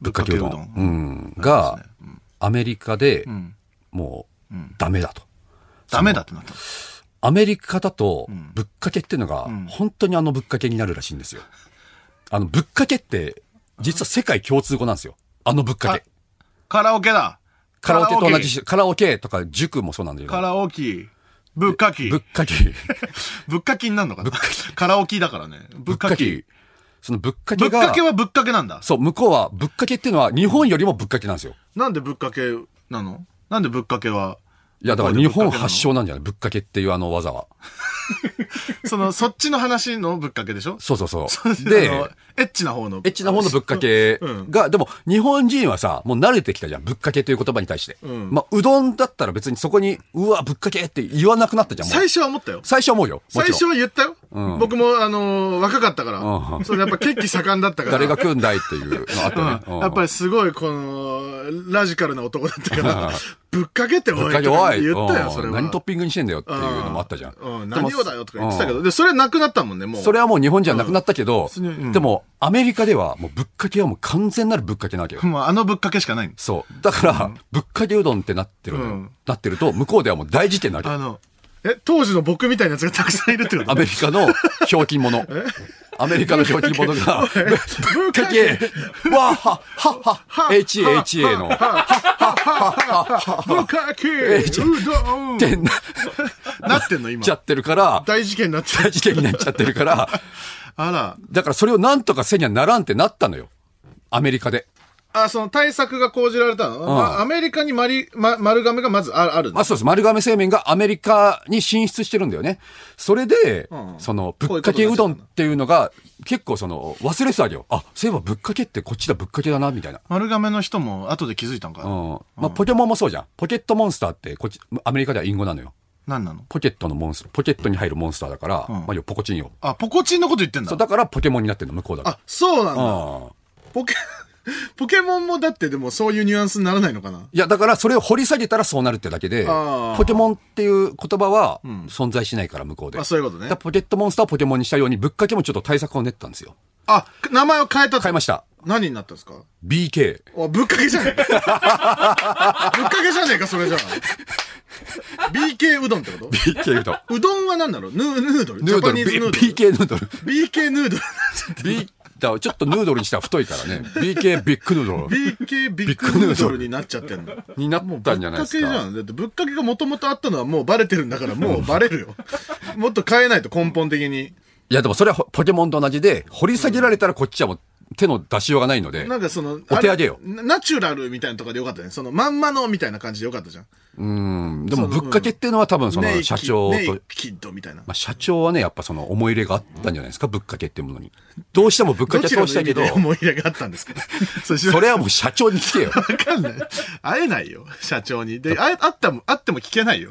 Speaker 1: ぶっかけうどん
Speaker 3: ぶっかけうど
Speaker 1: うんが、アメリカで、もう、ダメだと。
Speaker 3: ダメだってなったの
Speaker 1: アメリカだと、ぶっかけっていうのが、本当にあのぶっかけになるらしいんですよ。あの、ぶっかけって、実は世界共通語なんですよ。あのぶっかけ。
Speaker 3: カラオケだ
Speaker 1: カラオケと同じし、カラオケとか塾もそうなんだけ
Speaker 3: カ
Speaker 1: ど、
Speaker 3: ラオケ。ぶっかき。
Speaker 1: ぶっ
Speaker 3: ぶ
Speaker 1: かけ、
Speaker 3: っかきになるのかなカラオケだからね。ぶ
Speaker 1: ぶ
Speaker 3: っ
Speaker 1: っ
Speaker 3: か
Speaker 1: か
Speaker 3: き。
Speaker 1: け、そのぶっかけ
Speaker 3: ぶっか
Speaker 1: が
Speaker 3: け、はぶっかけなんだ。
Speaker 1: そう、向こうはぶっかけっていうのは日本よりもぶっかけなんですよ。
Speaker 3: なんでぶっかけなのなんでぶっかけはい
Speaker 1: や、だから日本発祥なんじゃないぶっかけっていうあの技は。
Speaker 3: その、そっちの話のぶっかけでしょ
Speaker 1: そうそうそう。
Speaker 3: で
Speaker 1: で、、
Speaker 3: エッチな方の。
Speaker 1: エッチな方のぶっかけが、でも日本人はさ、もう慣れてきたじゃん。ぶっかけという言葉に対して。
Speaker 3: ん
Speaker 1: まあ、うどんだったら別にそこに、うわ、ぶっかけって言わなくなったじゃん。もう
Speaker 3: 最初は思ったよ。
Speaker 1: 最初思うよ。も
Speaker 3: 最
Speaker 1: ち
Speaker 3: 初
Speaker 1: ろん。
Speaker 3: は言ったよ。
Speaker 1: うん
Speaker 3: 僕も、あのー若かったから。
Speaker 1: うん
Speaker 3: それやっぱ血気盛んだったから。
Speaker 1: 誰が食うんだいっていうのあった
Speaker 3: う
Speaker 1: よね。
Speaker 3: んやっぱ
Speaker 1: り、
Speaker 3: りすごい、この、ラジカルな男だったから、ぶっかけっておい
Speaker 1: ぶっかけ
Speaker 3: とか
Speaker 1: お
Speaker 3: 言
Speaker 1: い
Speaker 3: った
Speaker 1: う
Speaker 3: よ、
Speaker 1: ん
Speaker 3: それは。
Speaker 1: 何トッピングにしてんだよっていうのもあったじゃん。
Speaker 3: うんうん
Speaker 1: でも
Speaker 3: 何をだよとか言ってたけど、で、それなくなったもんね、もう。
Speaker 1: それはもう日本じゃなくなったけど、
Speaker 3: うんうん
Speaker 1: でもアメリカではもうぶっかけはもう完全なるぶっかけなわけよ。
Speaker 3: もうあのぶっかけしかないんです。
Speaker 1: そう。だから、ぶっかけうどんってなってるのよ、
Speaker 3: うん
Speaker 1: なってると、向こうではもう大事件なわけ
Speaker 3: あ。の、え、当時の僕みたいなやつがたくさんいるってこと
Speaker 1: アメリカのひょうきん者。アメリカのひょうきん者が、ぶっかけ、わは、は、は、HHA の、
Speaker 3: ぶっかけうどん
Speaker 1: ってなっ
Speaker 3: なってんの、今
Speaker 1: ち。ゃってるから、
Speaker 3: 大事件になって
Speaker 1: 大事件になっちゃってるから、
Speaker 3: あら。
Speaker 1: だからそれをなんとかせにはならんってなったのよ。アメリカで。
Speaker 3: あ、その対策が講じられたの、まあアメリカにマリ、ま、丸亀がまずああるんだ
Speaker 1: まあそうです。丸亀製麺がアメリカに進出してるんだよね。それで、その、ぶっかけうどんっていうのが、結構その、忘れてたわけよ。あ、そういえばぶっかけってこっちだぶっかけだな、みたいな。
Speaker 3: 丸亀の人も後で気づいたんか
Speaker 1: う
Speaker 3: な、ん、
Speaker 1: ん。まあポケモンもそうじゃん。ポケットモンスターって、こっち、アメリカでは隠語なのよ。
Speaker 3: 何なの
Speaker 1: ポケットのモンスター、ポケットに入るモンスターだから、まあ、要はポコチンよ。
Speaker 3: あ、ポコチンのこと言ってんだ。
Speaker 1: そう、だからポケモンになってんの、向こうだか
Speaker 3: あ、そうなん
Speaker 1: ら。
Speaker 3: だ。
Speaker 1: うん。
Speaker 3: ポケ、 ポケモンもだってでもそういうニュアンスにならないのかない
Speaker 1: や、だからそれを掘り下げたらそうなるってだけで
Speaker 3: あー、
Speaker 1: ポケモンっていう言葉は存在しないから、向こうで。
Speaker 3: あそういうこと
Speaker 1: だ
Speaker 3: ね
Speaker 1: からポケットモンスターをポケモンにしたように、ぶっかけもちょっと対策を練ったんですよ。
Speaker 3: あ、名前を変えた
Speaker 1: 変えま
Speaker 3: し
Speaker 1: した。
Speaker 3: 何になったんですか
Speaker 1: BK。
Speaker 3: おぶっかけじゃね えか。ぶっかけじゃねえか、それじゃあ。BK うどんってこと
Speaker 1: BK うどん。
Speaker 3: うどんは何だろうヌーヌードル
Speaker 1: ヌードル、
Speaker 3: ジャパニーズヌード
Speaker 1: B- BK ヌードル。
Speaker 3: ル BK ヌードル
Speaker 1: B、だからちょっとヌードルにしたら太いからね。BK ビッグヌードル
Speaker 3: BK ビッグヌードルになっちゃってんの。ぶ
Speaker 1: になったんじゃないで
Speaker 3: っかけ
Speaker 1: す
Speaker 3: じ
Speaker 1: か。
Speaker 3: ゃん。だってぶっかけがもともとあったのはもうバレてるんだからもうバレ るよ。もっと変えないと根本的に。
Speaker 1: いや、でもそれはポケモンと同じで、掘り下げられたらこっちはもう手の出しようがないので、
Speaker 3: なんかその、
Speaker 1: お手上げよ
Speaker 3: あれナナチュラルみたいなとかでよかったね。その、まんまのみたいな感じでよかったじゃん。
Speaker 1: うんでもぶっかけっていうのは多分そ
Speaker 3: ネイ
Speaker 1: の
Speaker 3: キ
Speaker 1: 社長
Speaker 3: ネイ
Speaker 1: と、
Speaker 3: キッドみたいな
Speaker 1: ま。あ、社長はね、やっぱその思い入れがあったんじゃないですか、ぶっかけっていうものに。どうしてもぶっか
Speaker 3: ど
Speaker 1: け
Speaker 3: ち
Speaker 1: 通
Speaker 3: らの
Speaker 1: した
Speaker 3: 意
Speaker 1: いけ
Speaker 3: 味
Speaker 1: ど
Speaker 3: で、思い入れがあったん ですか
Speaker 1: それはもう社長に聞けよ。
Speaker 3: わかんない。会えないよ、社長に。で、ああったも、あっても聞けないよ。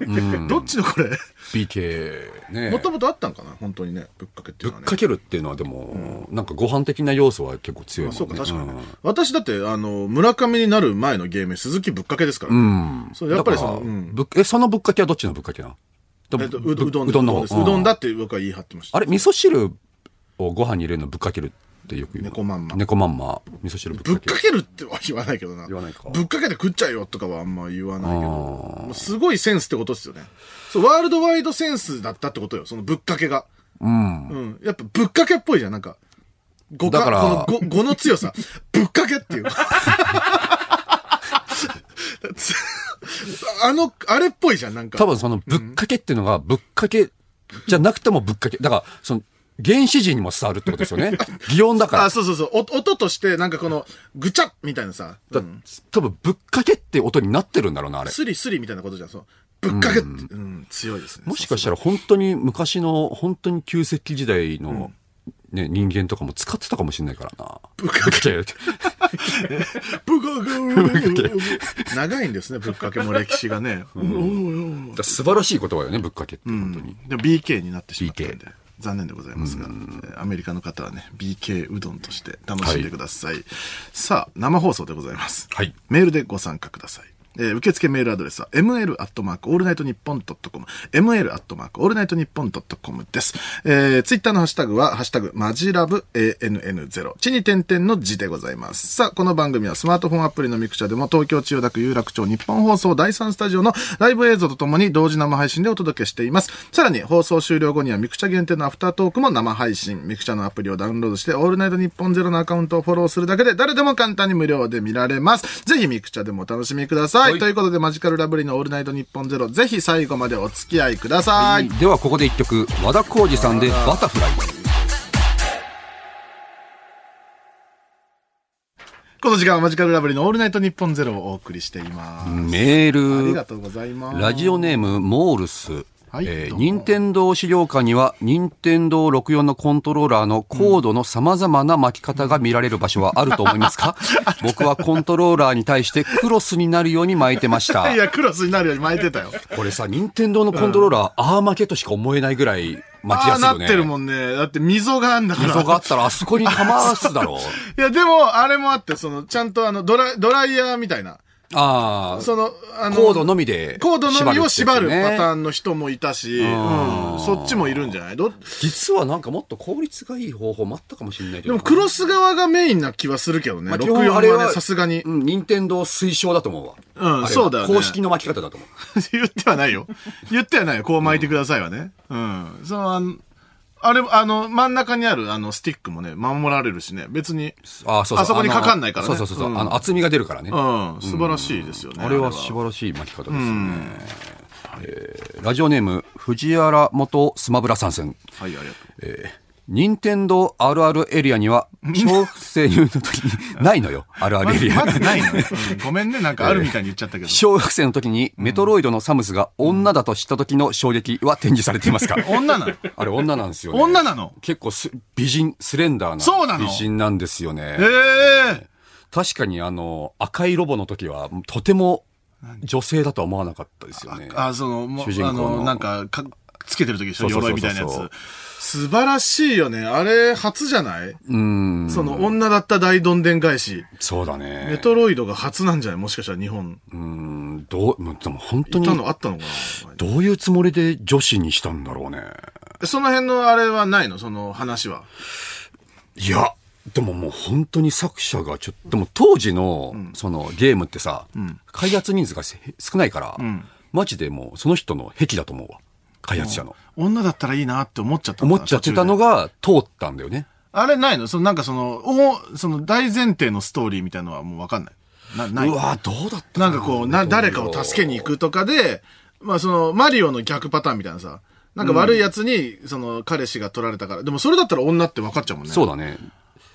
Speaker 3: どっちのこれ。
Speaker 1: BK ね。
Speaker 3: もともとあったんかな本当にね、ぶっかけって
Speaker 1: ぶ
Speaker 3: いう
Speaker 1: っ
Speaker 3: のはね。
Speaker 1: かけるっていうのはでも、なんかご飯的な要素は結構強いもんね。
Speaker 3: そうか、確かにね、
Speaker 1: うん
Speaker 3: 私だって、あの、村上になる前のゲーム、鈴木ぶっかけですから。
Speaker 1: うん。
Speaker 3: そうやっぱりそ
Speaker 1: だから
Speaker 3: のうん
Speaker 1: ぶっえ、そのぶっかけはどっちのぶっかけなの
Speaker 3: えっと、ううどん
Speaker 1: うどんの方
Speaker 3: うですうどんだ
Speaker 1: う
Speaker 3: って僕は言い張ってました。
Speaker 1: あれ、味噌汁をご飯に入れるのぶっかけるってよく言う。
Speaker 3: 猫まんま
Speaker 1: 猫まんま。味噌汁ぶっ
Speaker 3: ぶっ
Speaker 1: かけ
Speaker 3: か
Speaker 1: る。
Speaker 3: けるっては言わないけどな。
Speaker 1: 言わないか
Speaker 3: ぶっかけて食っちゃえよとかはあんま言わないけど。
Speaker 1: あー
Speaker 3: もうすごいセンスってことですよね。そう、ワールドワイドセンスだったってことよ。そのぶっかけが。
Speaker 1: うん。
Speaker 3: うん。やっぱぶっかけっぽいじゃん、なんか。語か
Speaker 1: だから
Speaker 3: こ の語語の強さ。ぶっかけっていう。 つあの、あれっぽいじゃん、なんか。
Speaker 1: 多分そのぶっかけっていうのが、ぶっかけじゃなくてもぶっかけ。だから、その、原始人にも伝わるってことですよ ね。擬音だから
Speaker 3: あ、。そうそうそう。お音として、なんかこの、ぐちゃっみたいなさ、う
Speaker 1: だ
Speaker 3: ん
Speaker 1: 多分ぶっかけって音になってるんだろうな、あれ。
Speaker 3: スリスリみたいなことじゃん。そう。ぶっかけって、うん、強いですね。
Speaker 1: もしかしたら本当に昔の、本当に旧石器時代の、ね、人間とかも使ってたかもしれ ないからな。ぶっかけって。
Speaker 3: ぶっかけ長いんですね、ぶっかけも歴史が
Speaker 1: だ
Speaker 3: ね。
Speaker 1: から素晴らしい言葉よね、ぶっかけって。本当に。
Speaker 3: でも BK になってしまったんで。残念でございますが、えーアメリカの方はね、BK うどんとして楽しんでください。さあ、生放送でございます。
Speaker 1: はい
Speaker 3: メールでご参加ください。えー受付メールアドレスは ml.allnightnippon.com ml.allnightnippon.com です。えー、ツイッターのハッシュタグは、ハッシュタグ、マジラブ ANN0 地に点々の字でございます。さあ、この番組はスマートフォンアプリのミクチャでも東京千代田区有楽町日本放送第3スタジオのライブ映像とともに同時生配信でお届けしています。さらに放送終了後にはミクチャ限定のアフタートークも生配信。ミクチャのアプリをダウンロードして、オールナイトニッポンゼロのアカウントをフォローするだけで誰でも簡単に無料で見られます。ぜひミクチャでもお楽しみください。
Speaker 1: はい
Speaker 3: ということで、マジカルラブリーのオールナイトニッポンゼロ、ぜひ最後までお付き合いください。
Speaker 1: ではここで一曲和田浩二さんで「バタフライ
Speaker 3: この時間はマジカルラブリーのオールナイトニッポンゼロをお送りしています。」
Speaker 1: メ
Speaker 3: あり
Speaker 1: ー
Speaker 3: が
Speaker 1: ル
Speaker 3: とうございます。
Speaker 1: ラジオネームモールス
Speaker 3: はい
Speaker 1: え
Speaker 3: ど
Speaker 1: ー
Speaker 3: うも
Speaker 1: 任天堂資料館には任天堂64のコントローラーのコードの様々な巻き方が見られる場所はあると思います か僕はコントローラーに対してクロスになるように巻いてました
Speaker 3: いや、クロスになるように巻いてたよ。
Speaker 1: これさ任天堂のコントローラーアーマけとしか思えないぐらい巻き
Speaker 3: あ
Speaker 1: や
Speaker 3: あ、
Speaker 1: すい
Speaker 3: な
Speaker 1: よ
Speaker 3: っ
Speaker 1: ね
Speaker 3: てるもんね。だって溝があんだから。
Speaker 1: 溝があったらあそこにかますだろう
Speaker 3: いや、でも、あれもあって、その、ちゃんとあの、ドライ、ドライヤーみたいな。
Speaker 1: ああ
Speaker 3: その、 あの、
Speaker 1: コードのみで
Speaker 3: コードのみを縛る
Speaker 1: ってやつ
Speaker 3: パ
Speaker 1: ね
Speaker 3: ターンの人もいたし、うん、そっちもいるんじゃないど
Speaker 1: 実はなんかもっと効率がいい方法もあったかもしれないけ
Speaker 3: で
Speaker 1: ど
Speaker 3: も、クロス側がメインな気はするけどね。
Speaker 1: まあ基本あれ
Speaker 3: 64は
Speaker 1: は
Speaker 3: ね、さすがに。
Speaker 1: うん任天堂推奨だと思うわ
Speaker 3: うん
Speaker 1: あれは
Speaker 3: そうだよね
Speaker 1: 公式の巻き方だと思う
Speaker 3: 言ってはないよ。言ってはないよ。こう巻いてくださいはね。うん。その、あのあれ、あの、真ん中にある、あの、スティックもね、守られるしね。別に。
Speaker 1: あそうそう
Speaker 3: あそこに
Speaker 1: の
Speaker 3: かかんないからね
Speaker 1: そうそうそう、
Speaker 3: うん
Speaker 1: あの厚みが出るからね、
Speaker 3: うん。素晴らしいですよね。
Speaker 1: あれは素晴らしい巻き方ですよね、えーラジオネーム藤原元スマブラ参戦
Speaker 3: はい、ありがとう。
Speaker 1: 任天堂あるあるエリアには小学生の時にないの よあるあるエリアが
Speaker 3: まだないの、うんごめんね、なんかあるみたいに言っちゃったけ ど。
Speaker 1: 小学生の時にメトロイドのサムスが女だと知った時の衝撃は展示されていますか、
Speaker 3: 女なの
Speaker 1: あれ女なんですよね。
Speaker 3: 女なの
Speaker 1: 結構す美人、スレンダーな
Speaker 3: そうなの
Speaker 1: 美人なんですよね
Speaker 3: え。え
Speaker 1: 確かにあの、赤いロボの時はとても女性だとは思わなかったですよね。
Speaker 3: あ、その、もう
Speaker 1: 主人公
Speaker 3: あ
Speaker 1: の
Speaker 3: の、なんかか、つけてる時でしょ
Speaker 1: そうそうそうそう
Speaker 3: 鎧みたいなやつ。素晴らしいよね。あれ、初じゃない
Speaker 1: うん。
Speaker 3: その、女だった大どんでん返し。
Speaker 1: そうだ
Speaker 3: メ
Speaker 1: ね。
Speaker 3: トロイドが初なんじゃないもしかしたら日本。
Speaker 1: うん、どう、もうでも本当
Speaker 3: い
Speaker 1: に
Speaker 3: た、のあったのかな
Speaker 1: どういうつもりで女子にしたんだろうね。
Speaker 3: その辺のあれはないのその話は。
Speaker 1: いや、でももう本当に作者がちょっと、でも当時の、そのゲームってさ、開発人数がせ少ないから、マジでもうその人の癖だと思うわ。開発者の。
Speaker 3: 女だったらいいなって思っちゃったの
Speaker 1: 思
Speaker 3: かな
Speaker 1: っちゃってたの
Speaker 3: 途中で
Speaker 1: が通ったんだよね。
Speaker 3: あれないのその、なんかその、お、その大前提のストーリーみたいのはもうわかんない。な、ないう
Speaker 1: わどうだった
Speaker 3: なんかこう、な、誰かを助けに行くとかで、まあその、マリオの逆パターンみたいなさ、なんか悪い奴に、その、彼氏が取られたから、でもそれだったら女って分かっちゃうもんね。
Speaker 1: そうだね。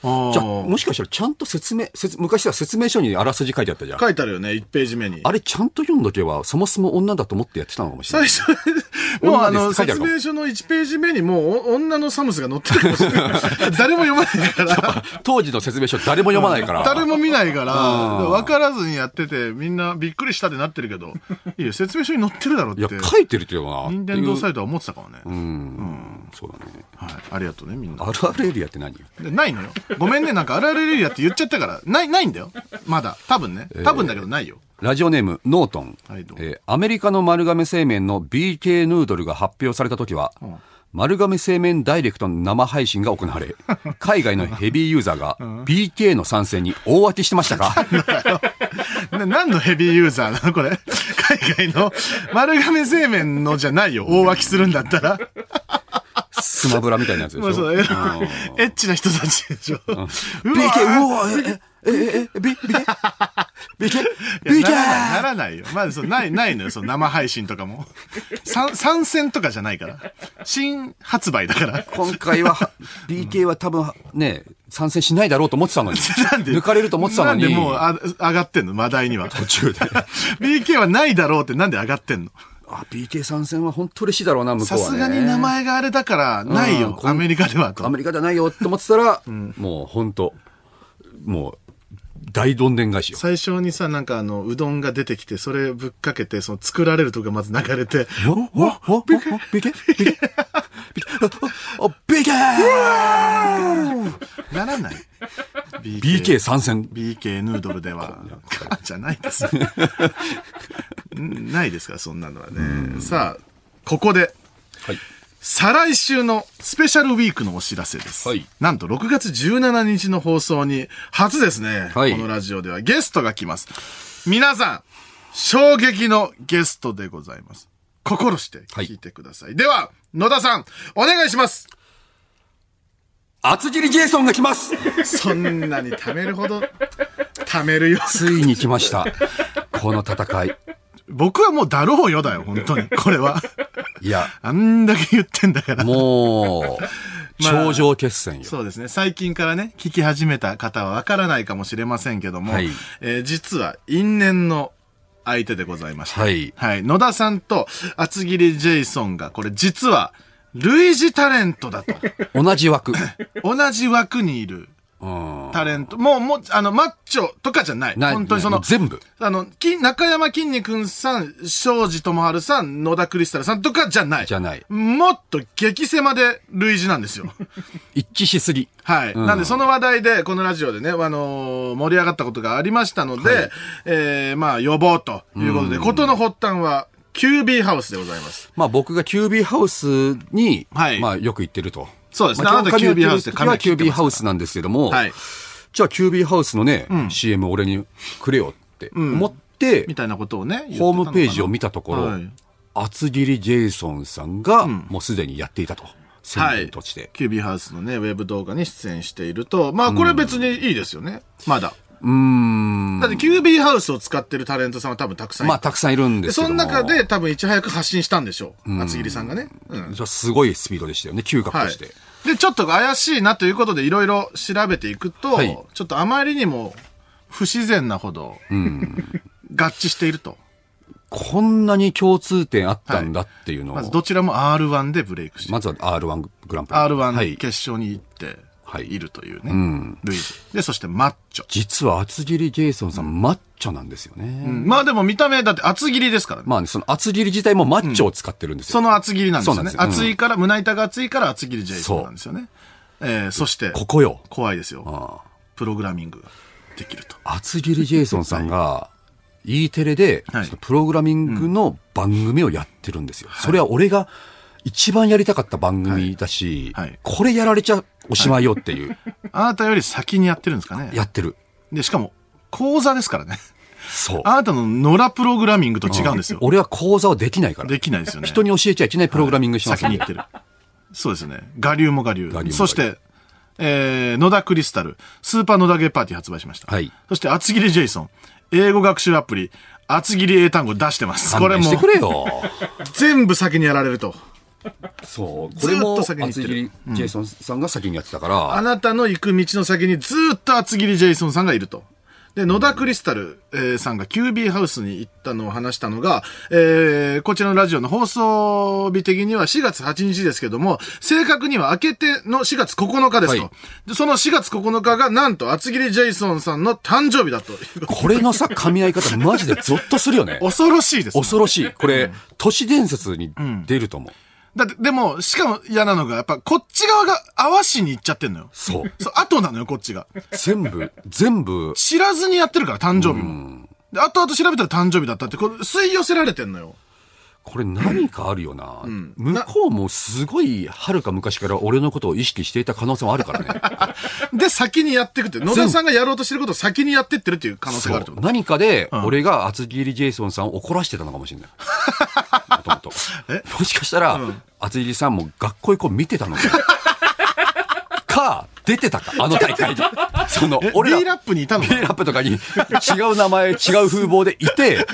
Speaker 3: ー
Speaker 1: じゃあ、もしかしたらちゃんと説明、説昔は説明書にあらすじ書いてあったじゃん。
Speaker 3: 書いてあるよね、1ページ目に。
Speaker 1: あれちゃんと読んどけば、そもそも女だと思ってやってたのかもしれな
Speaker 3: 最
Speaker 1: い。
Speaker 3: 初、もうあ
Speaker 1: 女
Speaker 3: の、
Speaker 1: です書いてある
Speaker 3: 説
Speaker 1: かも
Speaker 3: 明書の1ページ目にもう、お女のサムスが載ってるかもしれない。誰も読まないから。
Speaker 1: 当時の説明書誰も読まないから。
Speaker 3: 誰も見ないから、わからずにやってて、みんなびっくりしたってなってるけど、いいよ、説明書に載ってるだろっ
Speaker 1: い
Speaker 3: て
Speaker 1: や、。書いてるけどな。
Speaker 3: 任天堂サイトは思ってたからね。
Speaker 1: そうだね。
Speaker 3: はい。ありがとうね、みんな。
Speaker 1: RR エリアって何
Speaker 3: でないのよ。ごめんね、なんか、あられるやって言っちゃったから、ない、ないんだよ。まだ。多分ね。多分だけど、ないよ。
Speaker 1: ラジオネーム、ノートン。
Speaker 3: はいどうも
Speaker 1: えーアメリカの丸亀製麺の BK ヌードルが発表された時は、丸亀製麺ダイレクトの生配信が行わ れ、海外のヘビーユーザーが BK の参戦に大沸きしてました か
Speaker 3: な何のヘビーユーザーなのこれ。海外の丸亀製麺のじゃないよ。大脇するんだったら。
Speaker 1: スマブラみたいなやつでし
Speaker 3: まあ、そ
Speaker 1: ょ。
Speaker 3: うエロエッチな人たちでしょ。うわ
Speaker 1: BK、うわえ、え、え、え、B、BK、BK、
Speaker 3: い
Speaker 1: BK!
Speaker 3: やならないならないよ。まあ、そう、ない、ないのよ。そう、生配信とかも。参参戦とかじゃないから。新発売だから。
Speaker 1: 今回は、BK は多分ね、参戦しないだろうと思ってたのに。
Speaker 3: なんで
Speaker 1: 抜かれると思ってたのに。
Speaker 3: なんでもうあ上がってんの話題には。途
Speaker 1: 中で
Speaker 3: BK はないだろうってなんで上がってんの
Speaker 1: あ、BK 参戦は本当嬉しいだろうな、向こ
Speaker 3: さ
Speaker 1: うは、ね。
Speaker 3: すがに名前があれだから、ない
Speaker 1: うん
Speaker 3: よ。
Speaker 1: こん
Speaker 3: アメリカではと。
Speaker 1: アメリカじゃないよって思ってたら、もう本当もう、大どんでん返しよ。
Speaker 3: 最初にさ、なんかあの、うどんが出てきて、それぶっかけて、その作られるとこがまず流れて、
Speaker 1: わわわわビケビケビケああビケ
Speaker 3: ならない。
Speaker 1: BK 参戦
Speaker 3: BK ヌードル では。じゃないです。 んないですから、そんなのはね。さあ、ここで、
Speaker 1: はい。
Speaker 3: 再来週のスペシャルウィークのお知らせです。
Speaker 1: はい
Speaker 3: なんと6月17日の放送に、初ですね、
Speaker 1: はい
Speaker 3: このラジオではゲストが来ます。皆さん、衝撃のゲストでございます。心して聞いてください。では、野田さん、お願いし ます。
Speaker 1: 厚切りジェイソンが来ます
Speaker 3: そんなに貯めるほど、貯めるよ。
Speaker 1: ついに来ました。この戦い。
Speaker 3: 僕はもうだろうよだよ、本 当に。これは。
Speaker 1: いや、
Speaker 3: あんだけ言ってんだから。
Speaker 1: もう、頂上決戦よ。
Speaker 3: そうですね。最近からね、聞き始めた方はわからないかもしれませんけども、
Speaker 1: はい
Speaker 3: えー実は因縁の相手でございました。
Speaker 1: はい
Speaker 3: 野田さんと厚切りジェイソンが、これ実は、類似タレン トだと。
Speaker 1: 同じ枠。
Speaker 3: 同じ枠にいる
Speaker 1: うん。
Speaker 3: タレント。もう、もう、あの、マッチョとかじゃない。
Speaker 1: ない
Speaker 3: 本当にそ
Speaker 1: も
Speaker 3: の
Speaker 1: う、全部。
Speaker 3: あの、き中山きんに君さん、庄司智春さん、野田クリスタルさんとかじゃない。
Speaker 1: じゃない
Speaker 3: もっと激狭で類似なんです よ。
Speaker 1: 一致しすぎ。
Speaker 3: はい。なんで、その話題で、このラジオでね、あのー盛り上がったことがありましたので、えー、まあ、呼ぼうということで、ことの発端は、キュービーハウスでございます。
Speaker 1: まあ僕がキュービーハウスに、
Speaker 3: はい
Speaker 1: まあよく行ってると。
Speaker 3: そうですね
Speaker 1: ま
Speaker 3: あなたキュービーハウスで
Speaker 1: 今日
Speaker 3: 髪を
Speaker 1: はキ
Speaker 3: 切
Speaker 1: ュ
Speaker 3: っ
Speaker 1: ー
Speaker 3: て
Speaker 1: ビー
Speaker 3: ますから
Speaker 1: ハウスなんですけども、
Speaker 3: はい。
Speaker 1: じゃあキュービーハウスのね、CM 俺にくれよって思って、
Speaker 3: みたいなことをね、言ってた
Speaker 1: ホ
Speaker 3: の
Speaker 1: ー
Speaker 3: かな
Speaker 1: ムページを見たところ、
Speaker 3: はい
Speaker 1: 厚切りジェイソンさんがもうすでにやっていたと。宣
Speaker 3: は
Speaker 1: 伝
Speaker 3: い。
Speaker 1: として。
Speaker 3: キュービーハウスのね、ウェブ動画に出演していると、まあ、これ別にいいですよね。まだ。
Speaker 1: うーん。
Speaker 3: だって、キュービーハウスを使ってるタレントさんは多分たくさんいる
Speaker 1: まあたくさんいるんで
Speaker 3: です
Speaker 1: け
Speaker 3: そ
Speaker 1: ど
Speaker 3: の
Speaker 1: も。
Speaker 3: 中で、多分いち早く発信したんでしょう。厚切りさんがね。うん。
Speaker 1: じゃあすごいスピードでしたよね、嗅覚
Speaker 3: は
Speaker 1: と
Speaker 3: い
Speaker 1: して。。
Speaker 3: で、ちょっと怪しいなということで、いろいろ調べていくと、
Speaker 1: はい
Speaker 3: ちょっとあまりにも不自然なほど、合致していると。
Speaker 1: こんなに共通点あったんだっていうのを、
Speaker 3: まず、どちらも R1 でブレイクして、
Speaker 1: まずは R1 グランプリ。はい
Speaker 3: R1 決勝に行っているというね、類似で、そしてマッチョ。
Speaker 1: 実は厚切りジェイソンさん、マッチョなんですよね。
Speaker 3: まあでも見た目、だって厚切りですからね。
Speaker 1: まあね、その厚切り自体もマッチョを使ってるんですよ。
Speaker 3: その厚切りなんですよね。
Speaker 1: そうなんですよ
Speaker 3: 厚いから、胸板が厚いから厚切り J なんですよね。えーそして、
Speaker 1: ここよ。
Speaker 3: 怖いですよ。プログラミングができると。
Speaker 1: 厚切りジェイソンさんが、E テレで、
Speaker 3: はい
Speaker 1: そのプログラミングの番組をやってるんですよ。それは俺が一番やりたかった番組だし、
Speaker 3: はいはい
Speaker 1: これやられちゃおしまいよっていう、
Speaker 3: あなたより先にやってるんですかね。
Speaker 1: やってる。
Speaker 3: で、しかも、講座ですからね。
Speaker 1: そう。
Speaker 3: あなたの野良プログラミングと違うんですよ。
Speaker 1: 俺は講座はできないから。
Speaker 3: できないですよね。
Speaker 1: 人に教えちゃいけないプログラミングしてますよ
Speaker 3: 先に
Speaker 1: ね
Speaker 3: 言ってる。そうですよね。我流も我流。
Speaker 1: 我流も我流
Speaker 3: そして、えー、野田クリスタル、スーパー野田ゲーパーティー発売しました。
Speaker 1: はい
Speaker 3: そして、厚切りジェイソン、英語学習アプリ、厚切り英単語出してます。こ
Speaker 1: 勘
Speaker 3: れ
Speaker 1: 弁し
Speaker 3: も
Speaker 1: て、くれよ。
Speaker 3: 全部先にやられると。
Speaker 1: そう。これも、
Speaker 3: ずっと先に行って
Speaker 1: 厚
Speaker 3: る
Speaker 1: 切りジェイソンさんが先にやってたか
Speaker 3: あ
Speaker 1: ら、
Speaker 3: なたの行く道の先にずーっと厚切りジェイソンさんがいると。で、野田クリスタル、えーさんが QB ハウスに行ったのを話したのが、えーこちらのラジオの放送日的には4月8日ですけども、正確には明けての4月9日ですと。
Speaker 1: はい
Speaker 3: でその4月9日がなんと厚切りジェイソンさんの誕生日だと。
Speaker 1: これのさ、噛み合い方、マジでゾッとするよね。
Speaker 3: 恐ろしいです ね、
Speaker 1: 恐ろしい。これ、都市伝説に出ると思う。
Speaker 3: だって、でも、しかも嫌なのが、やっぱこっち側が合わしに行っちゃってんのよ。
Speaker 1: そう。
Speaker 3: そう、後なのよ、こっちが。
Speaker 1: 全部、全部、
Speaker 3: 知らずにやってるから、誕生日も。で、後々調べたら誕生日だったって、これ、吸い寄せられてんのよ。
Speaker 1: これ何かあるよな。向こうもすごい、はるか昔から俺のことを意識していた可能性もあるからね。
Speaker 3: で、先にやってくって。野田さんがやろうとしてることを先にやってってるっていう可能性
Speaker 1: そ
Speaker 3: があるって
Speaker 1: う
Speaker 3: こと。
Speaker 1: 何かで、俺が厚切りジェイソンさんを怒らしてたのかもしれない。も ともと
Speaker 3: え
Speaker 1: もしかしたら、厚切りさんも学校行こう見てたのか。か、出てたか、あの大会 に。その、俺
Speaker 3: 俺
Speaker 1: ら。
Speaker 3: ラップにいたの
Speaker 1: B ラップとかに違う名前、違う風貌でいて、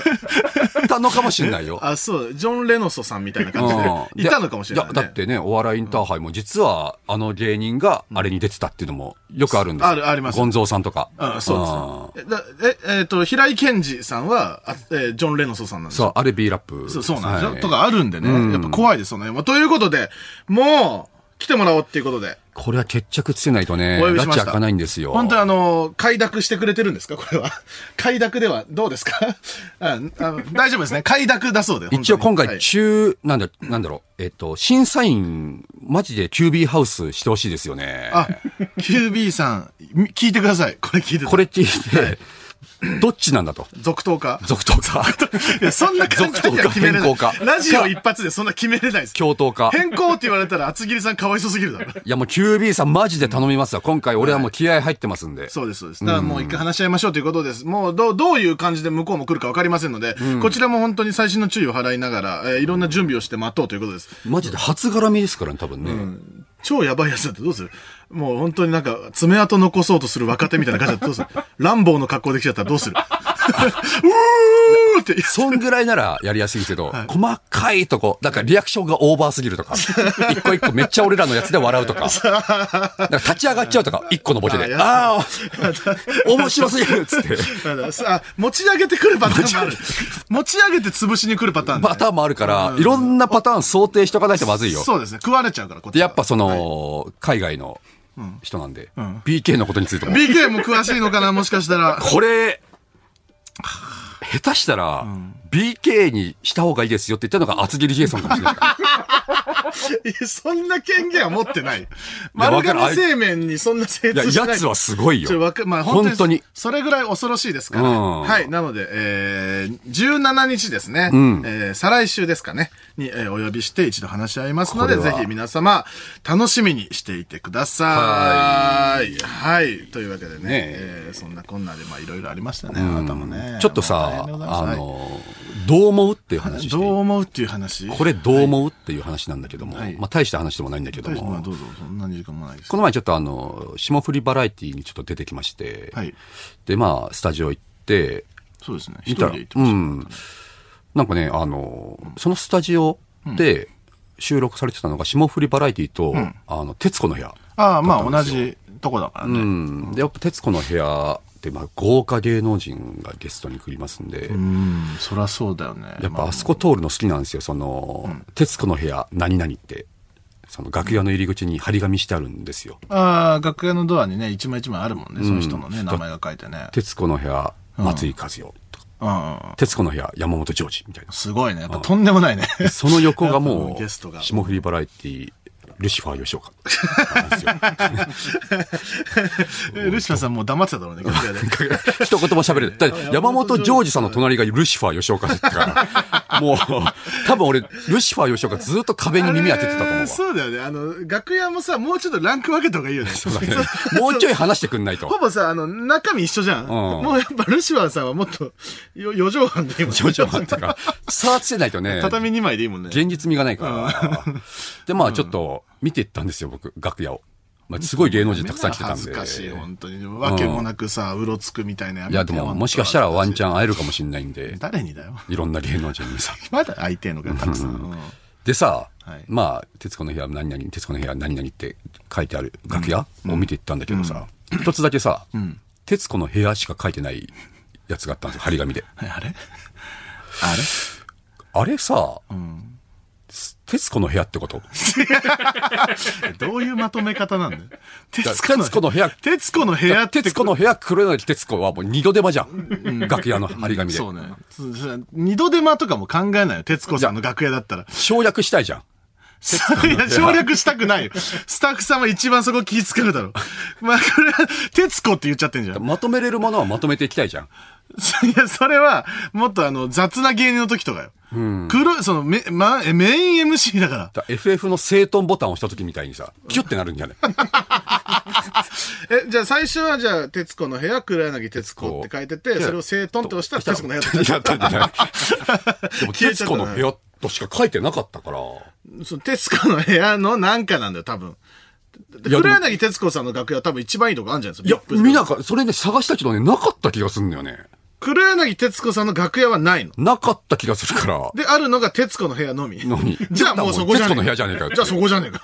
Speaker 1: たのかもしれないよ。
Speaker 3: あ、そう、ジョン・レノソさんみたいな感
Speaker 1: う
Speaker 3: じ
Speaker 1: ん
Speaker 3: で、いたのかもしれない、ね。
Speaker 1: やだってね、お笑いインターハイも実は、あの芸人があれに出てたっていうのもよくあるんですよ
Speaker 3: あるあります
Speaker 1: ゴンゾーさんとか。
Speaker 3: うん、そうですね。だえ、えっ、と、平井健二さんは、あえージョン・レノソさんなんですよ
Speaker 1: そう、あれ B ラップ。
Speaker 3: そうそうなんですよ、
Speaker 1: はい
Speaker 3: とかあるんでね。やっぱ怖いですよね。まあ、ということで、もう、来てもらおうっていうことで、
Speaker 1: これは決着つけないとね、
Speaker 3: お呼び
Speaker 1: 拉
Speaker 3: し
Speaker 1: 致
Speaker 3: ました。
Speaker 1: 開かないんですよ。
Speaker 3: 本当にあの、快諾してくれてるんですかこ れは。快諾では、どうですか うんあの大丈夫ですね。快諾だそうで。
Speaker 1: 一応今
Speaker 3: は
Speaker 1: 回
Speaker 3: い
Speaker 1: 中、なんだ、なんだろう、えっと、審査員、マジで QB ハウスしてほしいですよね。
Speaker 3: あ、QB さん、み聞いてください。これ聞いて
Speaker 1: これ聞いて、どっちなんだと。
Speaker 3: 続投か。
Speaker 1: 続投か、
Speaker 3: いや、そんな簡単には決めれない。
Speaker 1: 続投か変更か
Speaker 3: ラジオ一発でそんな決めれないです。
Speaker 1: 共闘か。
Speaker 3: 変更って言われたら厚切りさんかわいそうすぎるだ ろ。
Speaker 1: いやもう QB さんマジで頼みますわ。今回俺はもう気合入ってますんで。
Speaker 3: そうです、そうです。だからもう一回話し合いましょうということです。もうどう、どういう感じで向こうも来るか分かりませんので、こちらも本当に最新の注意を払いながら、えーいろんな準備をして待とうということです。
Speaker 1: マジで初絡みですからね、多分ね。
Speaker 3: 超やばいやつだってどうするもう本当になんか爪痕残そうとする若手みたいな感じだってどうす るランボーの格好できちゃったらどうするうーって。
Speaker 1: そんぐらいならやりやすいけ ど、細かいとこ、なんかリアクションがオーバーすぎ るとか、一個一個めっちゃ俺らのやつで笑 うとか、なんか立ち上がっちゃうとか、一個のボケで、あ
Speaker 3: あ
Speaker 1: あ ー、面白すぎるっつって、
Speaker 3: たださ持ち上げてくるパターンもある。持ち上げて潰しに来るパターンね
Speaker 1: パターンもあるから、いろんなパターン想定しとかないとまずいよ。
Speaker 3: そうですね。食われちゃうから、こっち
Speaker 1: で、
Speaker 3: は
Speaker 1: やっぱその、海外の人なんで、BK のことについても、
Speaker 3: BK も詳しいのかなもしかしたら。
Speaker 1: これ、下手したら、BK にした方がいいですよって言ったのが厚切りジェイソンかもしれない。
Speaker 3: いやそんな権限は持ってない。
Speaker 1: や
Speaker 3: 丸
Speaker 1: わかる
Speaker 3: 亀製麺にそんな精
Speaker 1: いや、
Speaker 3: 通 しない。
Speaker 1: やつはすごい
Speaker 3: ちょ
Speaker 1: よ
Speaker 3: わ。かまあ、
Speaker 1: 本当に
Speaker 3: 本当に。それぐらい恐ろしいですから。
Speaker 1: うん
Speaker 3: はい。なので、えー、17日ですね。えー再来週ですかね。に、えーお呼びして一度話し合いますので、
Speaker 1: これ
Speaker 3: ぜ
Speaker 1: は
Speaker 3: ひ皆様、楽しみにしていてください。はい。というわけでね、えーそんなこんなで、まあ、いろいろありましたね。あなたもね。
Speaker 1: ちょっと
Speaker 3: ま
Speaker 1: さ、
Speaker 3: 大変でございます
Speaker 1: あ、の、どう思うっていう話してい
Speaker 3: ど
Speaker 1: いう
Speaker 3: 思うっていう話。
Speaker 1: これどう思うっていう話なんだけども、
Speaker 3: い
Speaker 1: まあ大した話でもないんだけど
Speaker 3: 大丈夫まあ
Speaker 1: も、
Speaker 3: どうぞ、そんなに時間もないです。
Speaker 1: この前ちょっとあの、霜降りバラエティにちょっと出てきまして、
Speaker 3: はい。
Speaker 1: で、まあ、スタジオ行って、
Speaker 3: そうですね。一
Speaker 1: 見た
Speaker 3: 人
Speaker 1: ら
Speaker 3: で行っ
Speaker 1: う
Speaker 3: てました。
Speaker 1: ん。なんかね、あの、そのスタジオで収録されてたのが霜降りバラエティと、あの、徹子の部屋。
Speaker 3: ああ、まあ、同じとこだからね。
Speaker 1: うん、でやっぱ『徹子の部屋』って、まあ、豪華芸能人がゲストに来りますんで、
Speaker 3: うん、そりゃそうだよね。
Speaker 1: やっぱあそこ通るの好きなんですよその『徹子の部屋何々』ってその楽屋の入り口に張り紙してあるんですよ
Speaker 3: ああ、楽屋のドアにね、一枚一枚あるもんね、その人のね、名前が書いてね。
Speaker 1: 『徹子の部屋松井和代』とか
Speaker 3: う
Speaker 1: 『
Speaker 3: ん
Speaker 1: 徹子の部屋山本譲二』みたいな
Speaker 3: すごいね。やっぱとんでもないね。
Speaker 1: で その横が
Speaker 3: やっぱも
Speaker 1: も
Speaker 3: うゲストが
Speaker 1: う霜降りバラエティルシファー吉岡 なんですよ
Speaker 3: ルシファーさんもう黙ってただろうね、楽 屋で。
Speaker 1: 一言も喋れない。だって山本譲二さんの隣がルシファー吉岡だったから、もう、多分俺、ルシファー吉岡ずっと壁に耳当ててたと思う
Speaker 3: あ
Speaker 1: わ
Speaker 3: れ。 そうだよね。あの、楽屋もさ、もうちょっとランク分けた方がいいよね。
Speaker 1: そうだねもうちょい話してくんない
Speaker 3: ほ
Speaker 1: と。
Speaker 3: ぼさ、あの、中身一緒じゃん。もうやっぱルシファーさんはもっと、よ四畳半でいいもんね
Speaker 1: 徐々にとか、さーつせないとね、
Speaker 3: 畳2枚でいいもんね。
Speaker 1: 現実味がないから。で、まあちょっと見ていったんですよ、僕、楽屋を。まあ、すごい芸能人たくさん来てたん
Speaker 3: 恥ず
Speaker 1: で。
Speaker 3: かしい、本当に。わけもなくさ、うろつくみたいなやめ
Speaker 1: い
Speaker 3: て
Speaker 1: や、でも、もしかしたらワンチャン会えるかもしんないんで、
Speaker 3: 誰にだよ。
Speaker 1: いろんな芸能人にさ。
Speaker 3: まだ空いてんのかよ、たくさん。うん
Speaker 1: でさ、
Speaker 3: はい
Speaker 1: まあ、徹子の部屋何々、徹子の部屋何々って書いてある楽屋を見ていったんだけどさ、一つだけさ、徹子の部屋しか書いてないやつがあったんですよ、張り紙で。
Speaker 3: はいあれ あれ
Speaker 1: あれさ、徹子の部屋ってこと
Speaker 3: どういうまとめ方 なんだよ。
Speaker 1: 徹子の部屋
Speaker 3: 徹子の部屋って。
Speaker 1: 徹子の部屋黒柳徹子はもう二度手間じゃん。楽屋の張り紙で
Speaker 3: そ。うね。つつ二度手間とかも考えないよ。徹子さんの楽屋だったら。
Speaker 1: 省略したいじゃん。
Speaker 3: いや、省略したくないよ。スタッフさんは一番そこ気使うだろう。まあ、これは、徹子って言っちゃってんじゃん。い
Speaker 1: まとめれるものはまとめていきたいじゃん。
Speaker 3: や、それは、もっとあの、雑な芸人の時とかよ。黒い、その、め、ま、えメイン MC だから。
Speaker 1: だ FF の整頓ボタンを押した時みたいにさ、キュッてなるんじゃない
Speaker 3: え、じゃあ最初は、じゃあ、徹子の部屋、黒柳徹子って書いてて、それを整頓って押したら、徹子の部屋って
Speaker 1: やったんじゃないでも、
Speaker 3: 消えち
Speaker 1: 徹
Speaker 3: ゃったな
Speaker 1: 子の部屋としか書いてなかったから。
Speaker 3: その、徹子の部屋のなんかなんだよ、多分。
Speaker 1: いや
Speaker 3: 黒柳徹子さんの楽屋は多分一番いいとこあるんじゃない
Speaker 1: い
Speaker 3: です
Speaker 1: や
Speaker 3: か。、
Speaker 1: 見なか、それね、探したけどね、なかった気がすんのよね。
Speaker 3: 黒柳徹子さんの楽屋はないの。
Speaker 1: なかった気がするから。
Speaker 3: で、あるのが徹子の部屋のみ。
Speaker 1: のみ
Speaker 3: じゃあもうそこじゃね
Speaker 1: 徹
Speaker 3: え
Speaker 1: 子の部屋じゃねえかよ
Speaker 3: じゃあそこじゃねえか。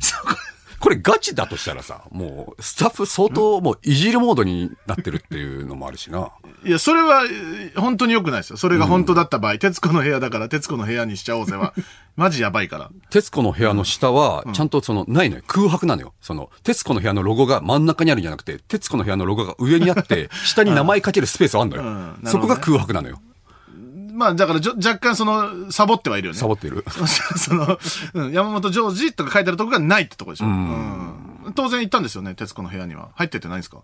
Speaker 3: そこ。
Speaker 1: これガチだとしたらさ、もう、スタッフ相当もういじるモードになってるっていうのもあるしな。
Speaker 3: いや、それは、えー本当に良くないですよ。それが本当だった場合、徹子の部屋だから、徹子の部屋にしちゃおう ぜは、マジやばいから。
Speaker 1: 徹子の部屋の下は、ちゃんとその、ないのよ。空白なのよ。その、徹子の部屋のロゴが真ん中にあるんじゃなくて、徹子の部屋のロゴが上にあって、下に名前書けるスペースあんのよ。
Speaker 3: うんなるほどね
Speaker 1: そこが空白なのよ。
Speaker 3: まあ、だからじょ、若干その、サボってはいるよね。
Speaker 1: サボってる。
Speaker 3: その、うん山本ジョージとか書いてあるとこがないってとこでしょ。うん当然行ったんですよね、徹子の部屋には。入ってってないんですか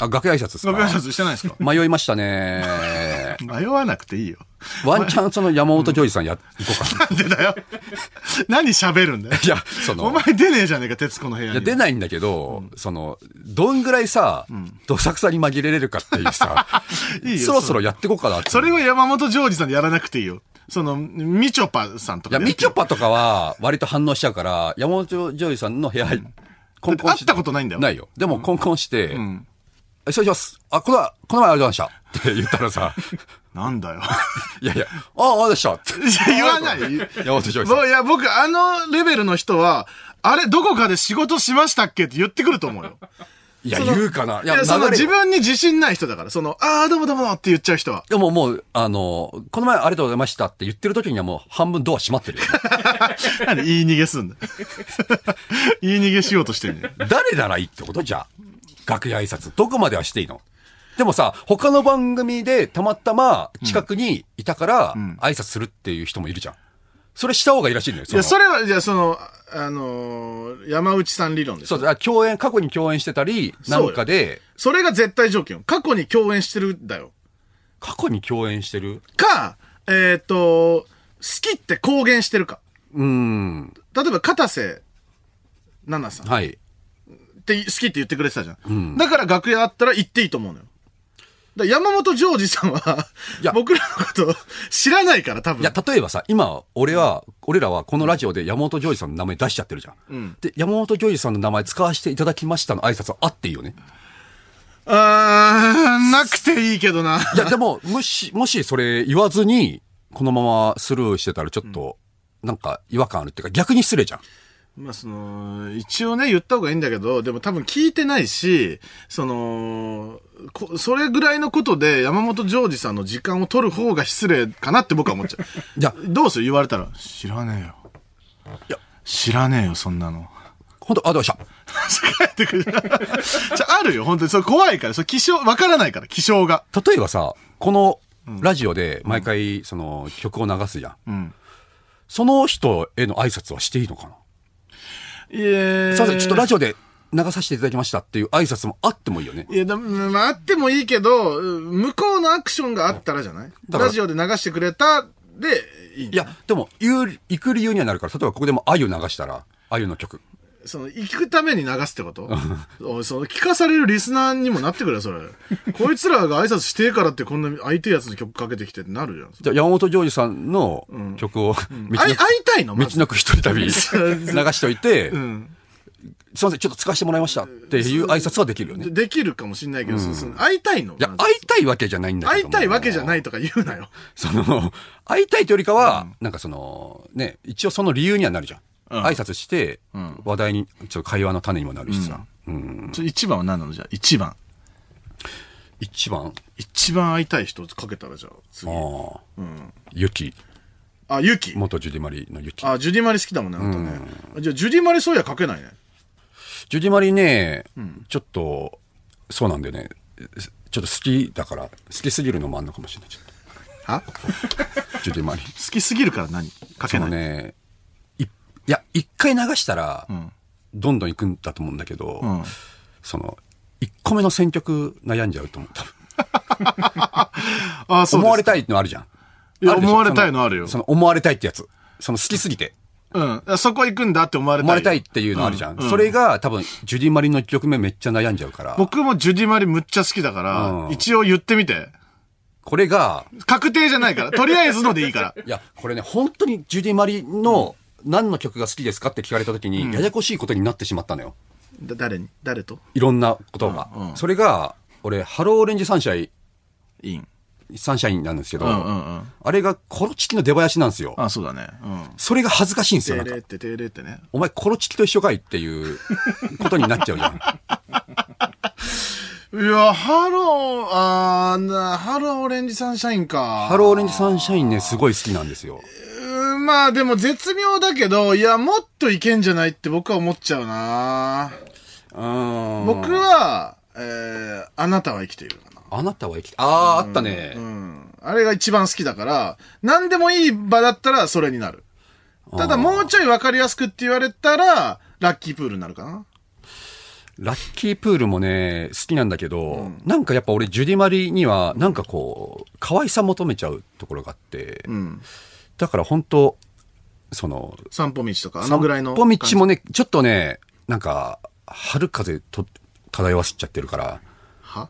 Speaker 1: あ、楽屋挨拶ですか
Speaker 3: ご挨拶してないんですか
Speaker 1: 迷いましたね。
Speaker 3: 迷わなくていいよ。
Speaker 1: ワンチャンその山本ジョージさんや、行こうかな。
Speaker 3: なんでだよ。 何喋るんだ よ。
Speaker 1: いや、そ
Speaker 3: お
Speaker 1: の、
Speaker 3: 前出ねえじゃねえか、徹子の部屋に。
Speaker 1: いや、出ないんだけど、その、どんぐらいさ、どさくさに紛れれるかっていうさ、
Speaker 3: いいよ
Speaker 1: そろそろやってこうかなって。
Speaker 3: それを山本ジョージさんでやらなくていいよ。その、みちょぱさんと
Speaker 1: い
Speaker 3: か
Speaker 1: や、
Speaker 3: でやっ
Speaker 1: み
Speaker 3: て
Speaker 1: ちょぱとかは割と反応しちゃうから、山本ジョージさんの部屋、コンコンし
Speaker 3: だって会ったことないんだよ
Speaker 1: ないよ。でも、コンコンして、え失礼します。あ、この前、この前ありがとうございました。って言ったらさ、
Speaker 3: なんだよ。
Speaker 1: いやいや、ああ、ありがとうございましたって。
Speaker 3: いや言 わない。
Speaker 1: 山本ジョージさ
Speaker 3: もういや、僕、あのレベルの人は、あれ、どこかで仕事しましたっけって言ってくると思うよ。
Speaker 1: ん。いや、言うかな。い
Speaker 3: い
Speaker 1: や、
Speaker 3: や、その
Speaker 1: 流れ
Speaker 3: 自
Speaker 1: よ
Speaker 3: 分に自信ない人だから、その、ああ、どうもどうもって言っちゃう 人は。
Speaker 1: でももう、あの、この前ありがとうございましたって言ってる時にはもう半分ドア閉まって るよね。
Speaker 3: なんで言い逃げすんだ 言い逃げしようとしてんね
Speaker 1: 誰ならいいってことじゃあ。楽屋挨拶。どこまではしていいのでもさ、他の番組でたまたま近くにいたから挨拶するっていう人もいるじゃん。それした方がいいらしいのよ。
Speaker 3: い
Speaker 1: その
Speaker 3: や、それは、じゃあ、その、あのー山内さん理論です
Speaker 1: そうだ、共演、過去に共演してたり、
Speaker 3: そ
Speaker 1: な
Speaker 3: うよ
Speaker 1: んかで、
Speaker 3: それが絶対条件よ。過去に共演してるんだよ。
Speaker 1: 過去に共演してる
Speaker 3: か、えっ、と、好きって公言してるか。
Speaker 1: うーん。
Speaker 3: 例えば、片瀬奈々さんっ
Speaker 1: はい。
Speaker 3: て好きって言ってくれてたじゃん。だから楽屋あったら行っていいと思うのよ。だから山本ジョージさんは、
Speaker 1: いや
Speaker 3: 僕らのこと知らないから多分。
Speaker 1: いや、例えばさ、今、俺は、俺らはこのラジオで山本ジョージさんの名前出しちゃってるじゃん。で、山本ジョージさんの名前使わせていただきましたの挨拶はあっていいよね。
Speaker 3: あー、なくていいけどな。
Speaker 1: いや、でも、もし、もしそれ言わずに、このままスルーしてたらちょっと、なんか違和感あるっていうか、逆に失礼じゃん。
Speaker 3: まあ、その、一応ね、言った方がいいんだけど、でも多分聞いてないし、その、こそれぐらいのことで山本ジョージさんの時間を取る方が失礼かなって僕は思っちゃう。
Speaker 1: いや
Speaker 3: どうする言われたら。知らねえよ。
Speaker 1: いや
Speaker 3: 知らねえよ、そんなの。
Speaker 1: 本当あ、どうした。
Speaker 3: 帰ってくる。じゃあ、あるよ、本当に。それ怖いから、それ気象、わからないから、気象が。
Speaker 1: 例えばさ、このラジオで毎回、その、曲を流すじゃん。
Speaker 3: ん
Speaker 1: その人への挨拶はしていいのかな、
Speaker 3: いえ
Speaker 1: すいません、ちょっとラジオで流させていただきましたっていう挨拶もあってもいいよね。
Speaker 3: いや、だ、まあ、あってもいいけど、うん向こうのアクションがあったらじゃない
Speaker 1: だから
Speaker 3: ラジオで流してくれた、で、いいん
Speaker 1: いや、でも、言う、行く理由にはなるから、例えばここでもあゆ流したら、あゆの曲。
Speaker 3: その、行くために流すっ てことおいその、聞かされるリスナーにもなってくれよ、それ。こいつらが挨拶してえからってこんな相手やつの曲かけてきてってなるじゃん。
Speaker 1: じゃあ山本ジョージさんの曲を、道の
Speaker 3: あい会いたいの
Speaker 1: 道
Speaker 3: まず
Speaker 1: のく一人旅流しといて、すいません、ちょっと使わせてもらいましたっていう挨拶はできるよね
Speaker 3: で。できるかもしんないけど、そその会いたいの
Speaker 1: いや、会いたいわけじゃないんだけ
Speaker 3: 会い
Speaker 1: ども
Speaker 3: たいわけじゃないとか言うなよ。
Speaker 1: その、会いたいというよりかは、なんかその、ね、一応その理由にはなるじゃん。
Speaker 3: うん
Speaker 1: 挨拶して、話題に、ちょっと会話の種にもなるしさ。
Speaker 3: ちょ一番は何なのじゃあ、一番。
Speaker 1: 一番、
Speaker 3: 一番会いたい人かけたらじゃあ、次
Speaker 1: あ。あ、ユキ、
Speaker 3: あ、ユキ。
Speaker 1: 元ジュディマリのユキ。
Speaker 3: あ、ジュディマリ好きだもんね、あなたね。じゃあ、ジュディマリそういやかけないね。
Speaker 1: ジュディマリね、ちょっと、そうなんだよね。ちょっと好きだから、好きすぎるのもあんのかもしれない。ちょっ
Speaker 3: は好
Speaker 1: とジュディ マリ。
Speaker 3: きすぎるから何かけ
Speaker 1: その
Speaker 3: ない。
Speaker 1: ね、いいや、一回流したら、
Speaker 3: ん
Speaker 1: どんどん行くんだと思うんだけど、
Speaker 3: うん
Speaker 1: その、一個目の選曲悩んじゃうと思う。多分
Speaker 3: あ、そう
Speaker 1: 思われ
Speaker 3: です。
Speaker 1: たいのあるじゃん。
Speaker 3: いや
Speaker 1: あるでしょ
Speaker 3: 思われたいのある
Speaker 1: そ
Speaker 3: よ
Speaker 1: のその思われたいってやつ。その好きすぎて。
Speaker 3: うん。あそこ行くんだって思われたい。
Speaker 1: 思われたいっていうのあるじゃん。それが多分、ジュディ・マリの一曲目めっちゃ悩んじゃうから。
Speaker 3: 僕もジュディマリむっちゃ好きだから、
Speaker 1: うん
Speaker 3: 一応言ってみて。
Speaker 1: これが、
Speaker 3: 確定じゃな いから。とりあえずのでいいから。
Speaker 1: いや、これね、本当にジュディ・マリの何の曲が好きですかって聞かれた時に、ややこしいことになってしまったのよ。
Speaker 3: だ誰に誰と
Speaker 1: いろんなことが。
Speaker 3: うんうん
Speaker 1: それが、俺、ハローオレンジサンシャイ
Speaker 3: イン。
Speaker 1: ン、サンシャインなんですけど、
Speaker 3: うんうんうん。
Speaker 1: あれがコロチキの出囃子なんですよ。
Speaker 3: あ、そうだね。うん。
Speaker 1: それが恥ずかしいんですよ、
Speaker 3: て
Speaker 1: なんか
Speaker 3: れ。っててれってね。
Speaker 1: お前コロチキと一緒かいっていう ことになっちゃうじゃん。
Speaker 3: いや、ハロー、あーな、ハローオレンジサンシャインか。
Speaker 1: ハローオレンジサンシャインね、すごい好きなんですよ。
Speaker 3: うんまあでも絶妙だけど、いや、もっといけんじゃないって僕は思っちゃうな
Speaker 1: うん。
Speaker 3: 僕は、えー、あなたは生きているかな。
Speaker 1: あなたは生きて、ああー、あったね。
Speaker 3: うん。あれが一番好きだから、何でもいい場だったらそれになる。ただもうちょいわかりやすくって言われたら、ラッキープールになるかな。
Speaker 1: ラッキープールもね、好きなんだけど、なんかやっぱ俺、ジュディマリには、なんかこう、可愛さ求めちゃうところがあって、
Speaker 3: うん。
Speaker 1: だから本当その、
Speaker 3: 散歩道とか、あのぐらいの。
Speaker 1: 散歩道。もね、ちょっとね、なんか、春風と漂わせちゃってるから、
Speaker 3: は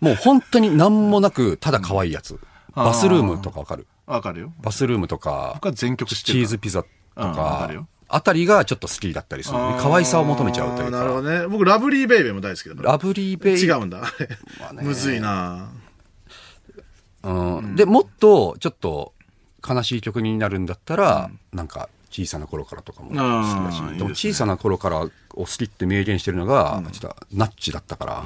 Speaker 1: もう本当に何もなく、ただ可愛いやつ。バスルームとかわかる
Speaker 3: わかるよ。
Speaker 1: バスルームとか、
Speaker 3: 僕は全曲知って
Speaker 1: チ
Speaker 3: るから
Speaker 1: ーズピザと
Speaker 3: うんわかる
Speaker 1: か
Speaker 3: よ、
Speaker 1: あたりがちょっと好きだったりするのね。可愛さを求めちゃうという
Speaker 3: あーなるほ
Speaker 1: か。
Speaker 3: どね。僕、ラブリーベイベーも大好きだから。
Speaker 1: ラブリーベイ。
Speaker 3: 違うんだ。あれ
Speaker 1: あね
Speaker 3: むずいな
Speaker 1: うん。で、もっと、ちょっと、悲しい曲になるんだったら、なんか、小さな頃からとかも好きだ
Speaker 3: あーいいです
Speaker 1: し、
Speaker 3: ね
Speaker 1: でも小さな頃からを好きって明言してるのが、ちょっとナッチだったから、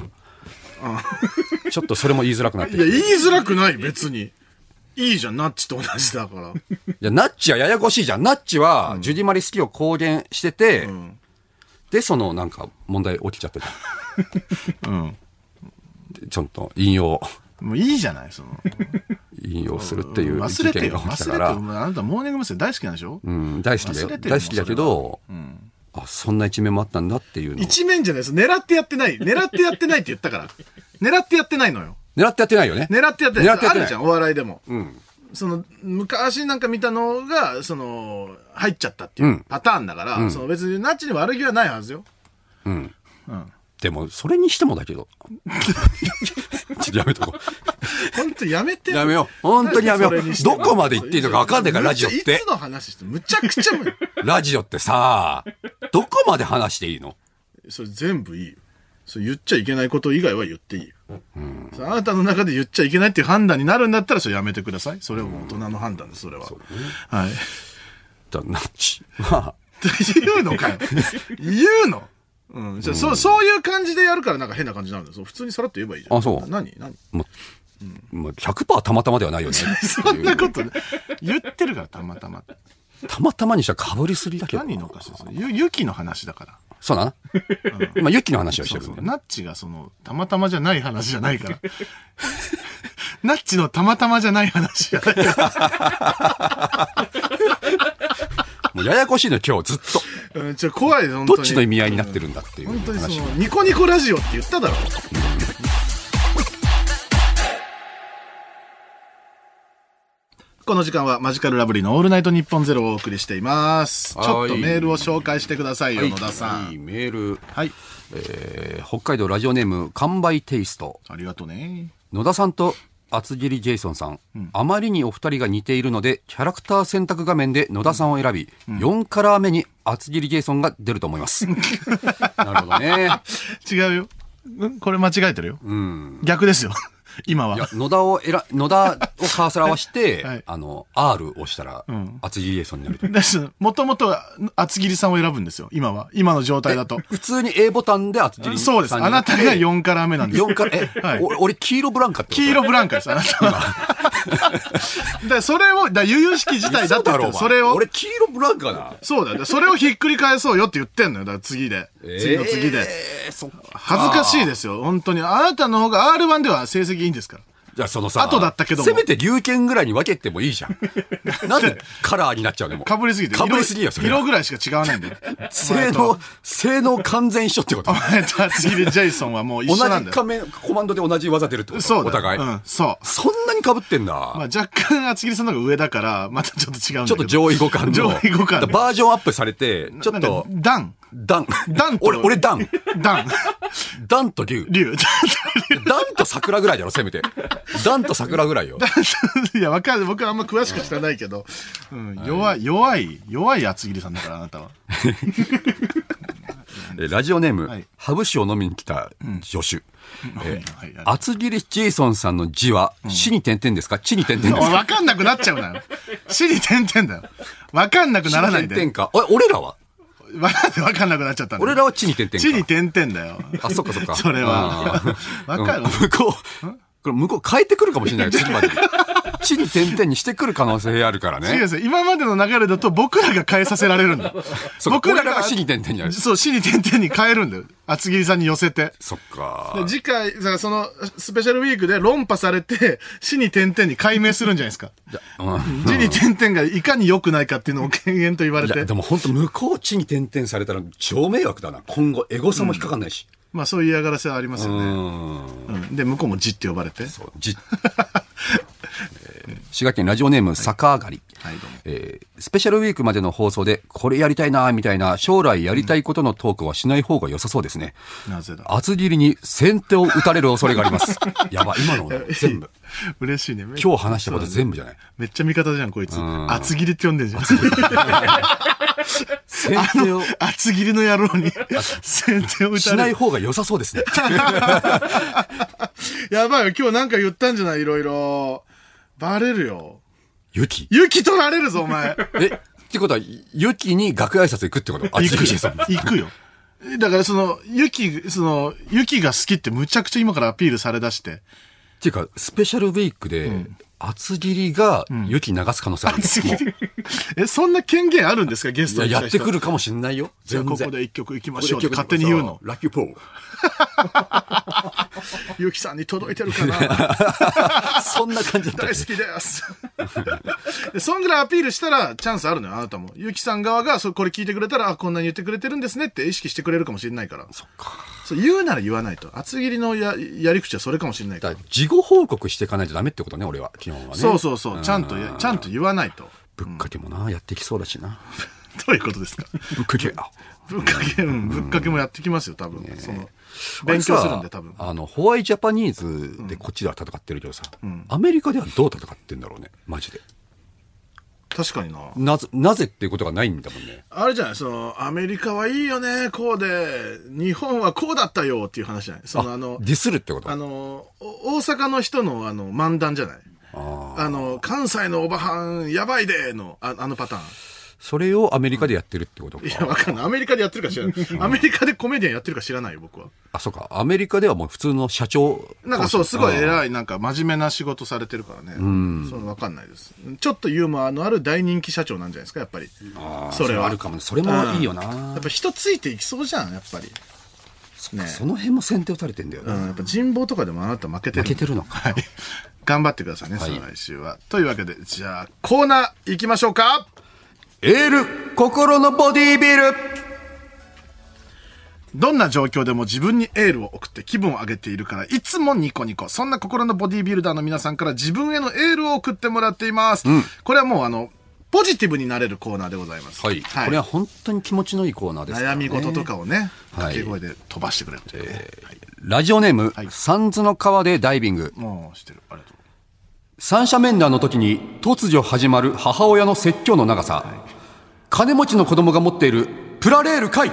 Speaker 1: ちょっとそれも言いづらくなって
Speaker 3: い
Speaker 1: きて
Speaker 3: や、言いづらくない、別に。いいじゃん、ナッチと同じだから。
Speaker 1: いや、ナッチはややこしいじゃん。ナッチは、ジュディマリ好きを公言してて、
Speaker 3: ん
Speaker 1: で、その、なんか、問題起きちゃってた。
Speaker 3: うん。
Speaker 1: でちょっと、引用、
Speaker 3: もういいじゃない、その。
Speaker 1: 引用するっていう
Speaker 3: 忘
Speaker 1: 事
Speaker 3: れて
Speaker 1: 件
Speaker 3: よ、
Speaker 1: が起き
Speaker 3: 忘
Speaker 1: た
Speaker 3: れ
Speaker 1: か
Speaker 3: て
Speaker 1: ら、
Speaker 3: よ。お前あなた、モーニング娘。大好きなんでしょ
Speaker 1: うん、大好きだ
Speaker 3: 忘
Speaker 1: よ
Speaker 3: れ。てる
Speaker 1: 大好きだけど、
Speaker 3: うん。
Speaker 1: あ、そんな一面もあったんだっていうのを。
Speaker 3: 一面じゃないです。狙ってやってない。狙ってやってないって言ったから。狙ってやってないのよ。
Speaker 1: 狙ってやってないよね。
Speaker 3: 狙ってやってない。
Speaker 1: 狙ってやって
Speaker 3: あ
Speaker 1: ない
Speaker 3: るじゃん、お笑いでも。
Speaker 1: うん。
Speaker 3: その、昔なんか見たのが、その、入っちゃったっていううんパターンだから、その別にナッチに悪気はないはずよ。
Speaker 1: うん。
Speaker 3: うん。
Speaker 1: でも、それにしてもだけど。 ちょっとやめとこ
Speaker 3: 本当やめて。
Speaker 1: う。やめよう。本当にやめよ
Speaker 3: それに
Speaker 1: う。
Speaker 3: しても
Speaker 1: どこまで言っていいのかわかんないから、ラジオっ
Speaker 3: むちゃい
Speaker 1: て
Speaker 3: つ。の話して、むちゃくちゃもう、
Speaker 1: ラジオってさ、どこまで話していいの
Speaker 3: それ全部いいよ。それ言っちゃいけないこと以外は言っていいよ。それあなたの中で言っちゃいけないっていう判断になるんだったら、それやめてください。それはもう大人の判断です、それは。はい。
Speaker 1: だナッチは、
Speaker 3: 言うのかよ。言うのうん、じゃあ、そう、そういう感じでやるからなんか変な感じになるんだよ。そう普通にさらっと言えばいいじゃん。
Speaker 1: あそう
Speaker 3: 何何
Speaker 1: もう、もう100%たまたまではないよね。
Speaker 3: そんなことね言ってるから、たまたま。
Speaker 1: たまたまにしたら被りすぎだけどな。
Speaker 3: 何のおかしいそれゆ、ゆきの話だから。
Speaker 1: そうだな。今、ユッキーの話をして
Speaker 3: そう
Speaker 1: る
Speaker 3: そ
Speaker 1: ん
Speaker 3: う。
Speaker 1: だよね。
Speaker 3: ナッチがその、たまたまじゃない話じゃないから。 ナッチのたまたまじゃない話じゃないから。
Speaker 1: もうややこしいの今日ずっと。
Speaker 3: うん、ちょ、怖い、本当
Speaker 1: ど
Speaker 3: に。
Speaker 1: っちの意味合いになってるんだっていう
Speaker 3: 本当にそ
Speaker 1: 話
Speaker 3: の、。ニコニコラジオって言っただろ。この時間はマジカルラブリーのオールナイトニッポンゼロをお送りしています。ち
Speaker 1: はい
Speaker 3: ょっとメールを紹介してくださいよ、
Speaker 1: はい
Speaker 3: 野田さん。
Speaker 1: メール、
Speaker 3: はい。
Speaker 1: えー北海道ラジオネーム、完売テイスト。
Speaker 3: ありがとうね。
Speaker 1: 野田さんと、厚切りジェイソンさん、あまりにお二人が似ているので、キャラクター選択画面で野田さんを選び、4カラー目に厚切りジェイソンが出ると思い ます。なるほどね。
Speaker 3: 違うよ。んこれ間違えてるよ。逆ですよ。 今は。
Speaker 1: 野田を選、野田をカーソル合わせて、
Speaker 3: はい
Speaker 1: あの、R を押したら、厚切りジェイソンになると。
Speaker 3: だし、もともとは厚切りさんを選ぶんですよ。今は。今の状態だと。
Speaker 1: 普通に A ボタンで厚切り
Speaker 3: そうです。あなたが4から目なんですよ。
Speaker 1: 4から、え、
Speaker 3: はい
Speaker 1: お俺黄色ブランカってこと
Speaker 3: 黄色ブランカです、あなたは。だ からそれを、だから由々しき事態だって言って
Speaker 1: 嘘
Speaker 3: る
Speaker 1: お前
Speaker 3: それを
Speaker 1: 俺、黄色ブランカだな。
Speaker 3: そうだよ。だからそれをひっくり返そうよって言ってんのよ。だから次で。次の次で。
Speaker 1: えーそっか
Speaker 3: 恥ずかしいですよ。本当に。あなたの方が R1 では成績いいんですから。
Speaker 1: じゃあそのさ、
Speaker 3: 後だったけども
Speaker 1: せめて龍拳ぐらいに分けてもいいじゃ ん。なんでカラーになっちゃうのもう。
Speaker 3: かぶりすぎて。
Speaker 1: かぶりすぎよ、そ
Speaker 3: 色
Speaker 1: れは。
Speaker 3: 色ぐらいしか違わない んだよ。
Speaker 1: 性能、性能完全一緒ってこと
Speaker 3: お。前と厚切りジェイソンはもう一
Speaker 1: 同
Speaker 3: 緒なん
Speaker 1: じ
Speaker 3: だ
Speaker 1: 仮
Speaker 3: よ。
Speaker 1: 面、コマンドで同じ技出るってこと
Speaker 3: そうだよ
Speaker 1: お互い。
Speaker 3: うん、そう。
Speaker 1: そんなに被ってんだ。
Speaker 3: まあ若干厚切りさんの方が上だから、またちょっと違うんだけど。
Speaker 1: ちょっと上位互換の。
Speaker 3: 上位互換の
Speaker 1: バージョンアップされて、ちょっと、
Speaker 3: 段。
Speaker 1: ダン。
Speaker 3: 段と
Speaker 1: 俺、俺ダ ン。
Speaker 3: 段。
Speaker 1: ダンと竜。
Speaker 3: 竜。
Speaker 1: ダンと桜ぐらいだろ、せめて。ダンと桜ぐらいよ。
Speaker 3: いや、わかる。僕はあんま詳しく知らないけど。うん、弱い、弱い、弱い厚切りさんだから、あなたは。
Speaker 1: えラジオネーム、
Speaker 3: はい
Speaker 1: ハブ酒を飲みに来た助手。え
Speaker 3: はいはい
Speaker 1: 厚切りジェイソンさんの字は、死に点々ですか地に点々です
Speaker 3: おい
Speaker 1: か
Speaker 3: わかんなくなっちゃうなよ。死に点々だよ。わかん なくならない
Speaker 1: 地に
Speaker 3: で。
Speaker 1: 点々か。お俺らは
Speaker 3: わなんでわかんなくなっちゃったんだよ
Speaker 1: 俺らは地に点々か。
Speaker 3: 地に点々だよ。
Speaker 1: あ、そっかそっか。
Speaker 3: それは
Speaker 1: あー
Speaker 3: わかる
Speaker 1: うん向こう、これ向こう変えてくるかもしれないよ 次まで。地に点々にしてくる可能性あるから
Speaker 3: 違うん で
Speaker 1: ね。
Speaker 3: すよ今までの流れだと僕らが変えさせられるんだよ。
Speaker 1: そうか俺らが死に点々になる
Speaker 3: そう、死に点々に変えるんだよ。厚切りさんに寄せて。
Speaker 1: そっ
Speaker 3: で
Speaker 1: か。
Speaker 3: 次回、だからその、スペシャルウィークで論破されて、死に点々に解明するんじゃないですか。
Speaker 1: うん
Speaker 3: 死に点々がいかに良くないかっていうのを権限と言われ
Speaker 1: いや
Speaker 3: て
Speaker 1: で。も本当向こう地に点々されたら超迷惑だな。今後エゴさも引っかかんないし。
Speaker 3: まあそういう嫌がらせはありますよ
Speaker 1: う
Speaker 3: ね。
Speaker 1: ん。
Speaker 3: うんで、向こうも字って呼ばれて。
Speaker 1: そう じえー滋賀県ラジオネーム坂上がり、
Speaker 3: はいどうも
Speaker 1: えースペシャルウィークまでの放送でこれやりたいなーみたいな将来やりたいことのトークはしない方が良さそうですね、
Speaker 3: なぜだ。
Speaker 1: 厚切りに先手を打たれる恐れがあります やばい今の全部
Speaker 3: 嬉しいね。
Speaker 1: 今日話したこと全部じゃない
Speaker 3: めっちゃ味方じゃん、こいつ。厚切りって呼んでんじゃん。
Speaker 1: 先
Speaker 3: あ
Speaker 1: 手を
Speaker 3: の、厚切りの野郎に、先手を打
Speaker 1: したない
Speaker 3: れる。
Speaker 1: 方が良さそうですね
Speaker 3: やばいよ、今日なんか言ったんじゃないいろいろ。バレるよ。
Speaker 1: ユキ
Speaker 3: 雪取られるぞ、お前。
Speaker 1: えってことはユキに楽屋挨拶行くってこと厚
Speaker 3: 行
Speaker 1: 切
Speaker 3: く
Speaker 1: りさ
Speaker 3: よ
Speaker 1: ん。
Speaker 3: 行くよ。だからその、雪、その、雪が好きってむちゃくちゃ今からアピールされだして。
Speaker 1: っていうかスペシャルウィークで、厚切りがユキ流す可能性ある、もう
Speaker 3: え、そんな権限あるんですか、ゲス
Speaker 1: い
Speaker 3: ト
Speaker 1: や
Speaker 3: に来
Speaker 1: や
Speaker 3: た人。
Speaker 1: ってくるかもしれないよ。
Speaker 3: じゃあ
Speaker 1: 全
Speaker 3: こ
Speaker 1: 然。
Speaker 3: こで一曲行きましょ
Speaker 1: こ
Speaker 3: うって
Speaker 1: こで
Speaker 3: 勝手に言う
Speaker 1: そ
Speaker 3: の。
Speaker 1: ラッキーポー。
Speaker 3: ゆきさんに届いてるかな
Speaker 1: そんな感じだ
Speaker 3: 大
Speaker 1: っ
Speaker 3: 好きです。 でそんぐらいアピールしたらチャンスあるのよ、あなたも。ゆきさん側が、そう、これ聞いてくれたら、あ、こんなに言ってくれてるんですねって意識してくれるかもしれないから。そっか。そう、言うなら言わないと。厚切りのや、やり口はそれかもしれないか
Speaker 1: た。
Speaker 3: ら。
Speaker 1: だ事後報告していかないとダメってことね、俺は、基本はね。
Speaker 3: そうそうそう。ちゃんとや、ちゃんと言わないと。
Speaker 1: ぶっかけもな、やってきそうだしな。
Speaker 3: どういうことですか
Speaker 1: ぶっか け。あ
Speaker 3: ぶっかけ、うん、ぶっかけもやってきますよ、多分。その、勉強するんで、多分
Speaker 1: 俺。さあの、ホワイジャパニーズでこっちでは戦ってるけどさ、アメリカではどう戦ってんだろうね、マジで。
Speaker 3: 確かにな。
Speaker 1: なぜ、なぜっていうことがないんだもんね。
Speaker 3: あれじゃないその、アメリカはいいよね、こうで、日本はこうだったよっていう話じゃないその、あの、
Speaker 1: ディスるってこと
Speaker 3: あの、お大阪の人の、あの、漫談じゃないあの、関西のおばはん、やばいでの、ああのパターン。
Speaker 1: それをアメリカでやってるってこと
Speaker 3: いや、
Speaker 1: か。
Speaker 3: わかんない。アメリカでやってるか知らない。アメリカでコメディアンやってるか知らないよ、僕は。
Speaker 1: あ、そうか。アメリカではもう普通の社長。
Speaker 3: なんかそう、すごい
Speaker 1: い。
Speaker 3: 偉い、なんか真面目な仕事されてるからね。そのわかんないです。ちょっとユーモアのある大人気社長なんじゃないですか、やっぱり。そ
Speaker 1: そ
Speaker 3: れ
Speaker 1: れは
Speaker 3: は。
Speaker 1: あるかもね。それもいいよな。
Speaker 3: やっぱ人ついていきそうじゃん、やっぱり。ね
Speaker 1: その辺も先手打たれてんだよ
Speaker 3: う
Speaker 1: ね。
Speaker 3: ん、やっぱ人望とかでもあなた負けてる。
Speaker 1: 負けてるのか。
Speaker 3: はい。頑張ってくださいね、その来週は。というわけで、じゃあ、コーナー行きましょうか
Speaker 1: エール心のボディービル
Speaker 3: どんな状況でも自分にエールを送って気分を上げているから、いつもニコニコ。そんな心のボディービルダーの皆さんから自分へのエールを送ってもらっています。これはもうあの、ポジティブになれるコーナーでございます。
Speaker 1: はい、これは本当に気持ちのいいコーナーですから、
Speaker 3: 悩
Speaker 1: ね。
Speaker 3: み事とかをね、
Speaker 1: は
Speaker 3: 掛
Speaker 1: い
Speaker 3: け声で飛ばしてくれるというね、はい
Speaker 1: ラジオネーム、
Speaker 3: い
Speaker 1: サンズの川でダイビング。
Speaker 3: もうしてる。ありがとう。
Speaker 1: 三者面談の時に突如始まる母親の説教の長さ、金持ちの子供が持っているプラレールかい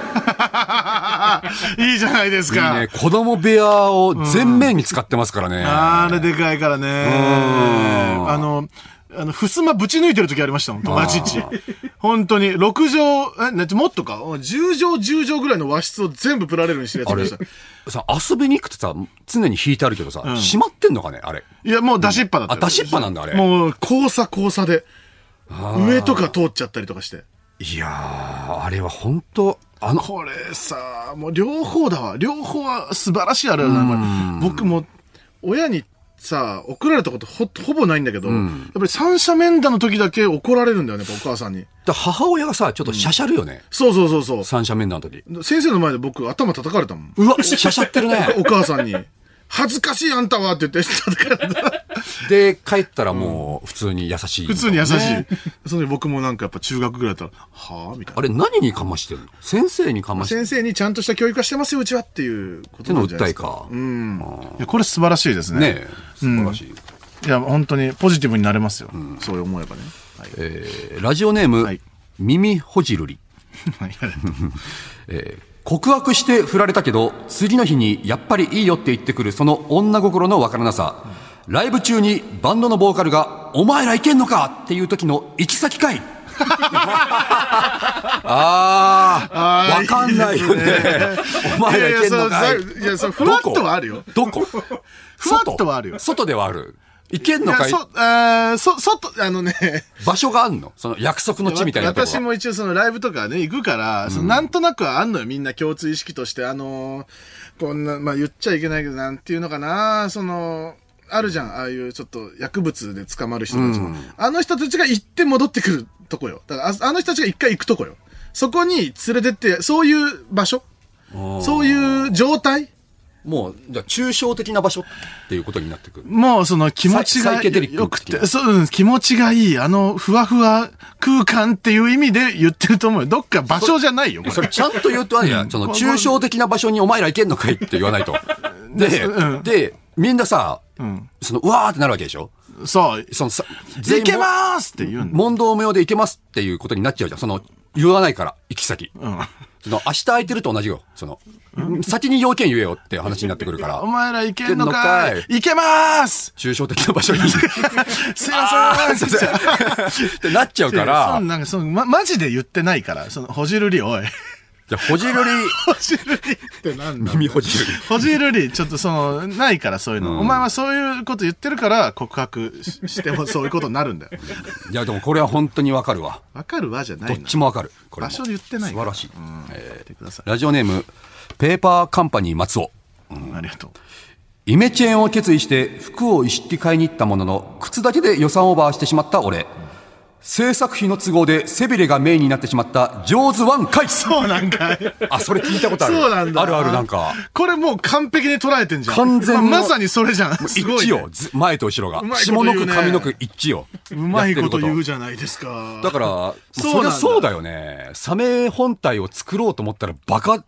Speaker 1: いい
Speaker 3: いいじゃないですか。
Speaker 1: ね、子供部屋を全面に使ってますからね。
Speaker 3: あれでかいからね。あの、あの、ふすまぶち抜いてる時ありましたもん、友達んち。本当に、6畳、え、ねもっとか、10畳、10畳ぐらいの和室を全部プラレールにしてるやつ
Speaker 1: あ
Speaker 3: いま
Speaker 1: れ
Speaker 3: した。
Speaker 1: さ、遊びに行くとさ、常に引いてあるけどさ、閉まってんのかねあれ。
Speaker 3: いや、もう出しっぱだったよ、
Speaker 1: あ出しっぱなんだあれ
Speaker 3: もう、交差交差で、上とか通っちゃったりとかして。
Speaker 1: いやー、あれは本当あの、
Speaker 3: これさ、もう両方だわ。両方は素晴らしいあれだな。これ僕も、親にさ、怒られたことほほぼないんだけど、やっぱり三者面談の時だけ怒られるんだよね、やっぱお母さんに。
Speaker 1: だ母親がさ、ちょっとしゃしゃるよね。
Speaker 3: そうそうそうそう。
Speaker 1: 三者面談の時。
Speaker 3: 先生の前で僕頭叩かれたもん。
Speaker 1: うわ、しゃしゃってる ね。
Speaker 3: お母さんに。恥ずかしいあんたはって言って叩かれた。
Speaker 1: で、帰ったらもう、普通に優しい、
Speaker 3: 普通に優しい
Speaker 1: ね。
Speaker 3: その時僕もなんかやっぱ中学ぐらいだったら、はぁみたい
Speaker 1: あ
Speaker 3: な。
Speaker 1: れ、何にかましてるの先生にかましてる
Speaker 3: 先生にちゃんとした教育はしてますよ、うちはっていうこ
Speaker 1: 手
Speaker 3: とな
Speaker 1: の
Speaker 3: んじゃな
Speaker 1: 訴
Speaker 3: い
Speaker 1: え
Speaker 3: ですか。
Speaker 1: か。
Speaker 3: いや、これ素晴らしいですね。
Speaker 1: ねえ、素晴らしい。
Speaker 3: いや、本当にポジティブになれますよ。そう思えばね。はい。
Speaker 1: えーラジオネーム、
Speaker 3: はい
Speaker 1: 耳ほじるり。告白して振られたけど、次の日にやっぱりいいよって言ってくるその女心のわからなさ。ライブ中にバンドのボーカルが、お前らいけんのかっていう時の行き先 かいああ、わかんないよね。お前らいけんのかい
Speaker 3: いやいやそうざいやそうふわっとはあるよ
Speaker 1: どこどこ
Speaker 3: ふわっとはあるよ
Speaker 1: 外外ではある。いけん
Speaker 3: い
Speaker 1: の
Speaker 3: や、
Speaker 1: かい
Speaker 3: そ、あーそ、そっと、あのね、
Speaker 1: 場所があんのその約束の地みたいなとこ
Speaker 3: 私
Speaker 1: は。
Speaker 3: も一応そのライブとかね、行くから、そのなんとなくはあんのよ、みんな共通意識として、あのーこんな、まあ言っちゃいけないけど、なんていうのかな、その、あるじゃん、ああいうちょっと薬物で捕まる人たちの。あの人たちが行って戻ってくるとこよ。だからあ、あの人たちが一回行くとこよ。そこに連れてって、そういう場所そういう状態
Speaker 1: もう、じゃあ抽象的な場所っていうことになってくる。
Speaker 3: もうその気持
Speaker 1: サ
Speaker 3: ち
Speaker 1: イサ
Speaker 3: が
Speaker 1: イケデリック
Speaker 3: 良く
Speaker 1: 的
Speaker 3: て、
Speaker 1: な
Speaker 3: そう、うん気持ちがいい、あのふわふわ空間っていう意味で言ってると思うよ。どっか場所じゃないよ、こ
Speaker 1: それ
Speaker 3: れ。
Speaker 1: ちゃんと言うとあれや、その抽象的な場所にお前ら行けんのかいって言わないと。で、で、みんなさ、その、うわーってなるわけでしょ
Speaker 3: そう。
Speaker 1: そのさ、全
Speaker 3: い
Speaker 1: 員
Speaker 3: けまーすって言うんだ。
Speaker 1: 問答無用で行けますっていうことになっちゃうじゃん。その、言わないから、行き先。その、明日空いてると同じよ。その、先に要件言えよって話になってくる から
Speaker 3: お、前らいけんのか
Speaker 1: いけんの
Speaker 3: いいけまーす
Speaker 1: 抽象的な 場所にっ
Speaker 3: すいません
Speaker 1: すいま てなっちゃうから
Speaker 3: そ、んなんか、その、ま、マジで言ってないから、その、ほじるり、おい。
Speaker 1: じゃ あ、ほじるり、
Speaker 3: ほじるりってなんだ
Speaker 1: 耳ほじるり。
Speaker 3: ほじるり、ちょっとその、ないから、そういうの。お前はそういうこと言ってるから、告白ししてもそういうことになるんだよ。
Speaker 1: いや、でもこれは本当にわかるわ。
Speaker 3: わかるわじゃない
Speaker 1: ど
Speaker 3: な
Speaker 1: っちもわかる。これも
Speaker 3: 場所で言ってない
Speaker 1: 素晴
Speaker 3: から
Speaker 1: らしい。
Speaker 3: やってくださ
Speaker 1: ラジオネーム、ペーパーカンパニー松尾。
Speaker 3: い。うんありがとう。
Speaker 1: イメチェンを決意して服を一式買いに行ったものの、靴だけで予算オーバーしてしまった俺。制作費の都合で背びれがメインになってしまった、ジョーズワン回
Speaker 3: そうなんかい。
Speaker 1: あ、それ聞いたことある。
Speaker 3: そうなんだ。
Speaker 1: あるあるなんか。。
Speaker 3: これもう完璧に捉えてんじゃん。
Speaker 1: 完全の
Speaker 3: まあまさにそれじゃん。す
Speaker 1: 一
Speaker 3: ごいね、
Speaker 1: 致を、ず前と後ろが
Speaker 3: う。まいこと
Speaker 1: 下
Speaker 3: 言
Speaker 1: の
Speaker 3: うね
Speaker 1: 句、上の句、一致を。
Speaker 3: うまいこと言う
Speaker 1: じ
Speaker 3: じゃないですか。
Speaker 1: だから、
Speaker 3: そ
Speaker 1: そうり
Speaker 3: なんだ
Speaker 1: ゃそうだよね。サメ本体を作ろうと思ったら、バカ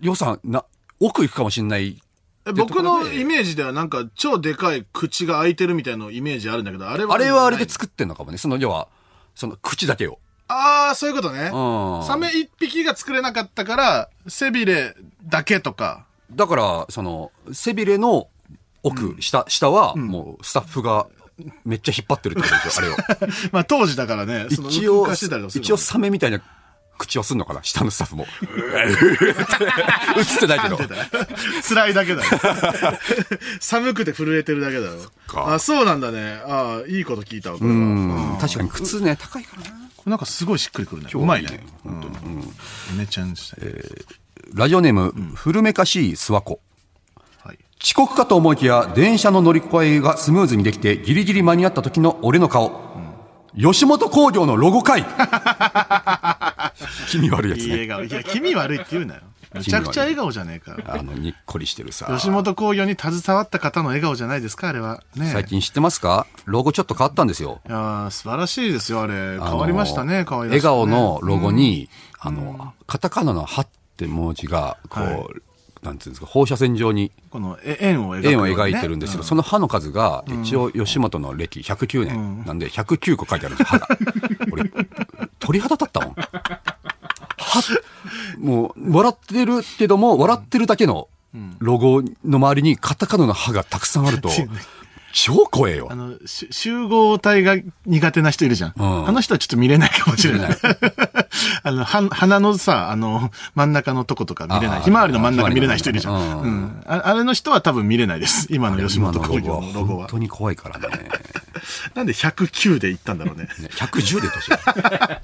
Speaker 1: 予算、な、奥行くかもしれない。
Speaker 3: え僕のイ
Speaker 1: イ
Speaker 3: メージではなんか超でかい口が開いてるみたいなイメージあるんだけど、あれは。
Speaker 1: あれはあれで
Speaker 3: つ
Speaker 1: 作ってんのかもね。その、要は、その、口だけを。
Speaker 3: ああ、そういうことね。
Speaker 1: うん
Speaker 3: サメ一匹が作れなかったから、背びれだけとか。
Speaker 1: だから、その、背びれの奥、下、下は、もう、スタッフが、めっちゃ引っ張ってるってことで しょ、あれを。
Speaker 3: まあ当時だからね、その
Speaker 1: 一応
Speaker 3: 浮かしてたりとか、する
Speaker 1: 一
Speaker 3: の
Speaker 1: 応サメみたいな口をすんのかな、下のスタ ッフも。映ってないけど。
Speaker 3: 辛いだけだよ。 寒くて震えてるだけだよ。
Speaker 1: か
Speaker 3: あ、そうなんだね。ああ、いいこと聞いたわ、これ
Speaker 1: う
Speaker 3: は。
Speaker 1: ん確かに靴ね、高いからな。
Speaker 3: これなんかすごいしっくりくるね。うまいね。本当に。めちゃんしたい。
Speaker 1: ラジオネーム、古めかしい諏訪子。
Speaker 3: はい。
Speaker 1: 遅刻かと思いきや、電車の乗り越えがスムーズにできて、ギリギリ間に合った時の俺の顔。吉本興業のロゴかい 気味悪いや
Speaker 3: い
Speaker 1: つ
Speaker 3: い
Speaker 1: ね。
Speaker 3: 笑顔。いや、気味悪いって言うなよ。めちゃくちゃ笑顔じゃねえか。
Speaker 1: あの、にっこりしてるさ。
Speaker 3: 吉本興業に携わった方の笑顔じゃないですか、あれは。ね
Speaker 1: 最近知ってますかロゴちょっと変わったんですよ。
Speaker 3: いやー素晴らしいですよ、あれ。変わりました
Speaker 1: あ
Speaker 3: ね、
Speaker 1: の
Speaker 3: 可愛
Speaker 1: 笑
Speaker 3: らしくね
Speaker 1: 顔のロゴに、あの、カタカナのハって文字が、こう、なんていうんですか、放射線状に
Speaker 3: このえ円を描く、ね、
Speaker 1: 円を描いてるんですけど、その歯の数が、一応吉本の歴109年なんで、109個書いてあるんですよ、歯が。 俺、鳥肌立ったもん。歯、もう、笑ってるけども、笑ってるだけのロゴの周りにカタカナの歯がたくさんある と、超怖えよ
Speaker 3: あ。の、し集合体が苦手な人いるじゃん。
Speaker 1: ん
Speaker 3: あの人はちょっと見れないかもしれない。 あの、は、鼻のさ、あの、真ん中のとことか見れな
Speaker 1: あ
Speaker 3: い。
Speaker 1: ー
Speaker 3: ひまわりの真ん中見れない人いるじゃん。
Speaker 1: う
Speaker 3: うんん、あ。あれの人は多分見れないです。今の吉
Speaker 1: 今
Speaker 3: 本
Speaker 1: の
Speaker 3: 興
Speaker 1: ロゴ
Speaker 3: 業
Speaker 1: は
Speaker 3: のロゴ
Speaker 1: 本
Speaker 3: は。
Speaker 1: 当に怖いからね。
Speaker 3: なんで109で行ったんだろうね。
Speaker 1: ね110で 年確か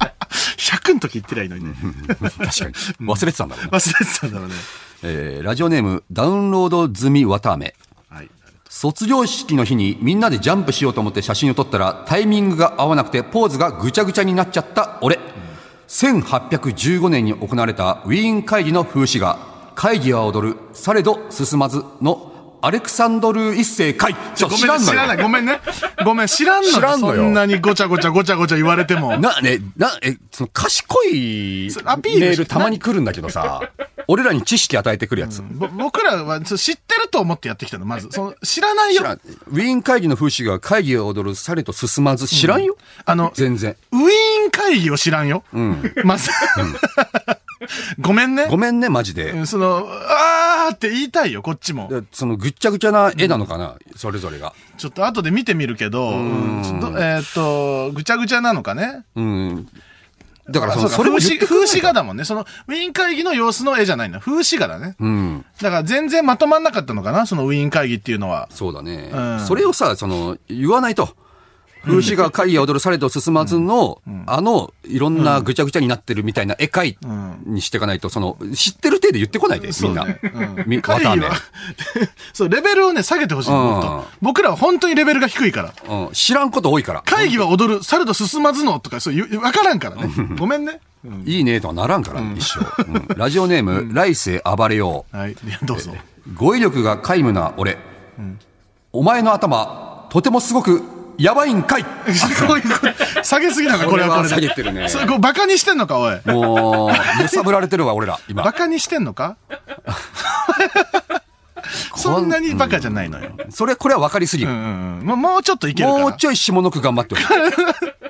Speaker 3: 100の時行ってりゃいいのにね。
Speaker 1: に。忘れてたんだろうな。
Speaker 3: 忘れてたんだろうね。
Speaker 1: えーラジオネーム、ダウンロード済みわたあめ。
Speaker 3: はい。
Speaker 1: 卒業式の日にみんなでジャンプしようと思って写真を撮ったらタイミングが合わなくてポーズがぐちゃぐちゃになっちゃった俺。1815年に行われたウィーン会議の風刺画、会議は踊る、されど進まずのアレクサンドル一世会。ちょ
Speaker 3: ご
Speaker 1: 知
Speaker 3: めん
Speaker 1: ら
Speaker 3: ね、
Speaker 1: んの
Speaker 3: 知らな
Speaker 1: よ。
Speaker 3: い。ごめんね。ごめん、知らんの
Speaker 1: 知らんのよ
Speaker 3: そんなにごちゃごちゃごちゃごちゃ言われ ても。
Speaker 1: な、ね、な、え、その賢い
Speaker 3: それアピールし
Speaker 1: メールたまに来るんだけどさ、俺らに知識与えてくるやつ。
Speaker 3: ぼ僕らはそう知ってると思ってやってきたの、まず。その知らない
Speaker 1: 知
Speaker 3: よ。
Speaker 1: らん。ウィーン会議の風刺画、会議は踊る、されど進まず知らんよ。
Speaker 3: あの、
Speaker 1: 全然。
Speaker 3: ウィーン会議を知らんよ。まず、ごめんね。
Speaker 1: ごめんね、マジで。
Speaker 3: うんその、あーって言いたいよ、こっちも。
Speaker 1: でそのぐっちゃぐちゃな絵なのかな、それぞれが。
Speaker 3: ちょっと後で見てみるけど、うんちょっとえーっと、ぐちゃぐちゃなのかね。
Speaker 1: うん。だからそ
Speaker 3: そ
Speaker 1: の、
Speaker 3: うか
Speaker 1: それも
Speaker 3: 風
Speaker 1: 言っ
Speaker 3: 刺
Speaker 1: てくれな
Speaker 3: 風
Speaker 1: い
Speaker 3: 刺画だもんね。その、ウィーン会議の様子の絵じゃないんだ。風刺画だね。
Speaker 1: うん。
Speaker 3: だから全然まとまんなかったのかな、そのウィーン会議っていうのは。
Speaker 1: そうだね、
Speaker 3: うん
Speaker 1: それをさ、その、言わないと。風刺画、会議踊る、されど進まずの、あの、いろんなぐちゃぐちゃになってるみたいな絵描いにしていかないと、その、知ってる体で言ってこないで、みんな。み、わ
Speaker 3: 会
Speaker 1: たあ
Speaker 3: 議
Speaker 1: め
Speaker 3: は。、 そう、レベルをね、下げてほしいの、もっ
Speaker 1: うん
Speaker 3: と。僕らは本当にレベルが低いから。
Speaker 1: うん、知らんこと多いから。
Speaker 3: 会議は踊る、されど進まずのとか、そういう、わからんからね。 ごめんね。
Speaker 1: いいねとはならんから、一生、うんラジオネーム、来世暴れよう。
Speaker 3: はい、いやどうぞ。
Speaker 1: 語彙力が皆無な俺、お前の頭とてもすごくやばいんかい
Speaker 3: こういうこれ下げすぎなのか、これはこれで。
Speaker 1: これは下げてるね
Speaker 3: それ、こうバカにしてんのか、おい。
Speaker 1: もう揺さぶられてるわ俺ら
Speaker 3: バ
Speaker 1: 今
Speaker 3: カにしてんのかそんなにバカじゃないのよ。
Speaker 1: それこれは分かりすぎ
Speaker 3: う
Speaker 1: る、
Speaker 3: んうん。もうもうちょっといけるか
Speaker 1: もう
Speaker 3: ら。
Speaker 1: ちょい下の句頑張ってほ しい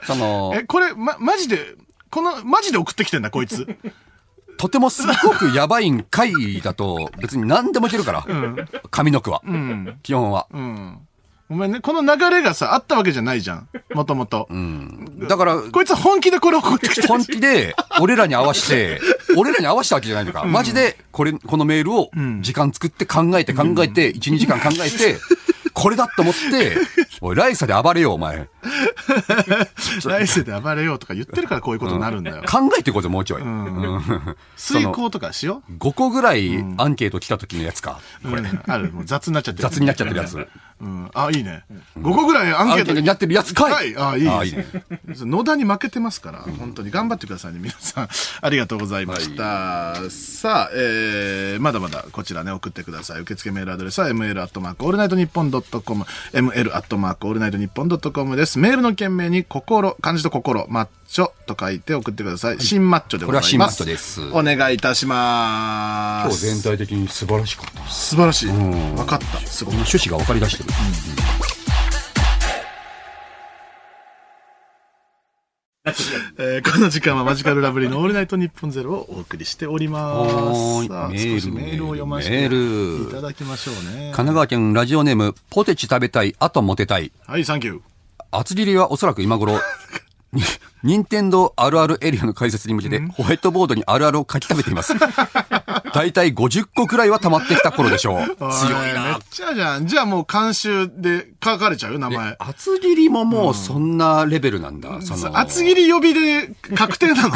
Speaker 1: その
Speaker 3: え、これ、ま、マジで、この、マジで送ってきてんだ、こいつ。
Speaker 1: とてもすごくやばいんかいだと別に何でもいけるから、上の句は、基本は、
Speaker 3: ごめんね。この流れがさ、あったわけじゃないじゃん。もともと。
Speaker 1: だから
Speaker 3: こいつ本気でこれ 送ってきてる。
Speaker 1: 本気で俺らに合わせて俺らに合わせたわけじゃないのか、マジでこれこのメールを時間作って考えて考えて、12時間考えて、これだと思 って「おい来世で暴れようお前
Speaker 3: 来世で暴れようとか言ってるからこういうことになるん だよ。
Speaker 1: 考えていこうぜもうちょい、うん
Speaker 3: 遂行とかしよ
Speaker 1: 5個ぐらいアンケート来た時のやつか
Speaker 3: う。これ、ある。もう雑になっちゃってる。
Speaker 1: 雑になっちゃってるやつ
Speaker 3: うん。あ、いいね。5個ぐらいアン
Speaker 1: アン
Speaker 3: ケ
Speaker 1: ケ
Speaker 3: ー
Speaker 1: ー
Speaker 3: ト
Speaker 1: トになってるやつかい、
Speaker 3: あ、いい
Speaker 1: あ
Speaker 3: ですね。野田に負けてますから、本当に頑張ってくださいね、皆さん。 ありがとうございました。さあ、えー、まだまだこちらね、送ってください。受付メールアドレスは ml アットマークオールナイトニッポンドットコム、ml アットマークオールナイトニッポンドットコムです。メールの件名に心、漢字と心、マッチョと書いて送ってください。新マッチョでございます。
Speaker 1: これは新マッチョです
Speaker 3: お願いいたしま
Speaker 1: 今
Speaker 3: す。
Speaker 1: 日全体的に素晴らしかったこ
Speaker 3: 素晴らしい。分かった。すごい
Speaker 1: の。趣旨が分かりだしてる、
Speaker 3: えーこの時間はマジカルラブリーのオールナイトニッポンゼロをお送りしておりま
Speaker 1: はー
Speaker 3: す。
Speaker 1: い
Speaker 3: さあ
Speaker 1: メール
Speaker 3: 少しメールを読ませ
Speaker 1: メ
Speaker 3: て
Speaker 1: ール
Speaker 3: いただきましょうね
Speaker 1: 神。奈川県ラジオネームポテチ食べたいあとモテたい
Speaker 3: はい、サンキュー。
Speaker 1: 厚切りはおそらく今頃、 に任天堂あるあるエリアの解説に向けて、ホワイトボードにあるあるを書き溜めてい ます。大体50個くらいは溜まってきた頃でしょう。強い
Speaker 3: おめっ
Speaker 1: な。
Speaker 3: ちゃじゃん。じゃあもう監修で書かれちゃうよ名前。
Speaker 1: 厚切りももうそんなレベルなんだ。その
Speaker 3: 厚切り呼びで確定なの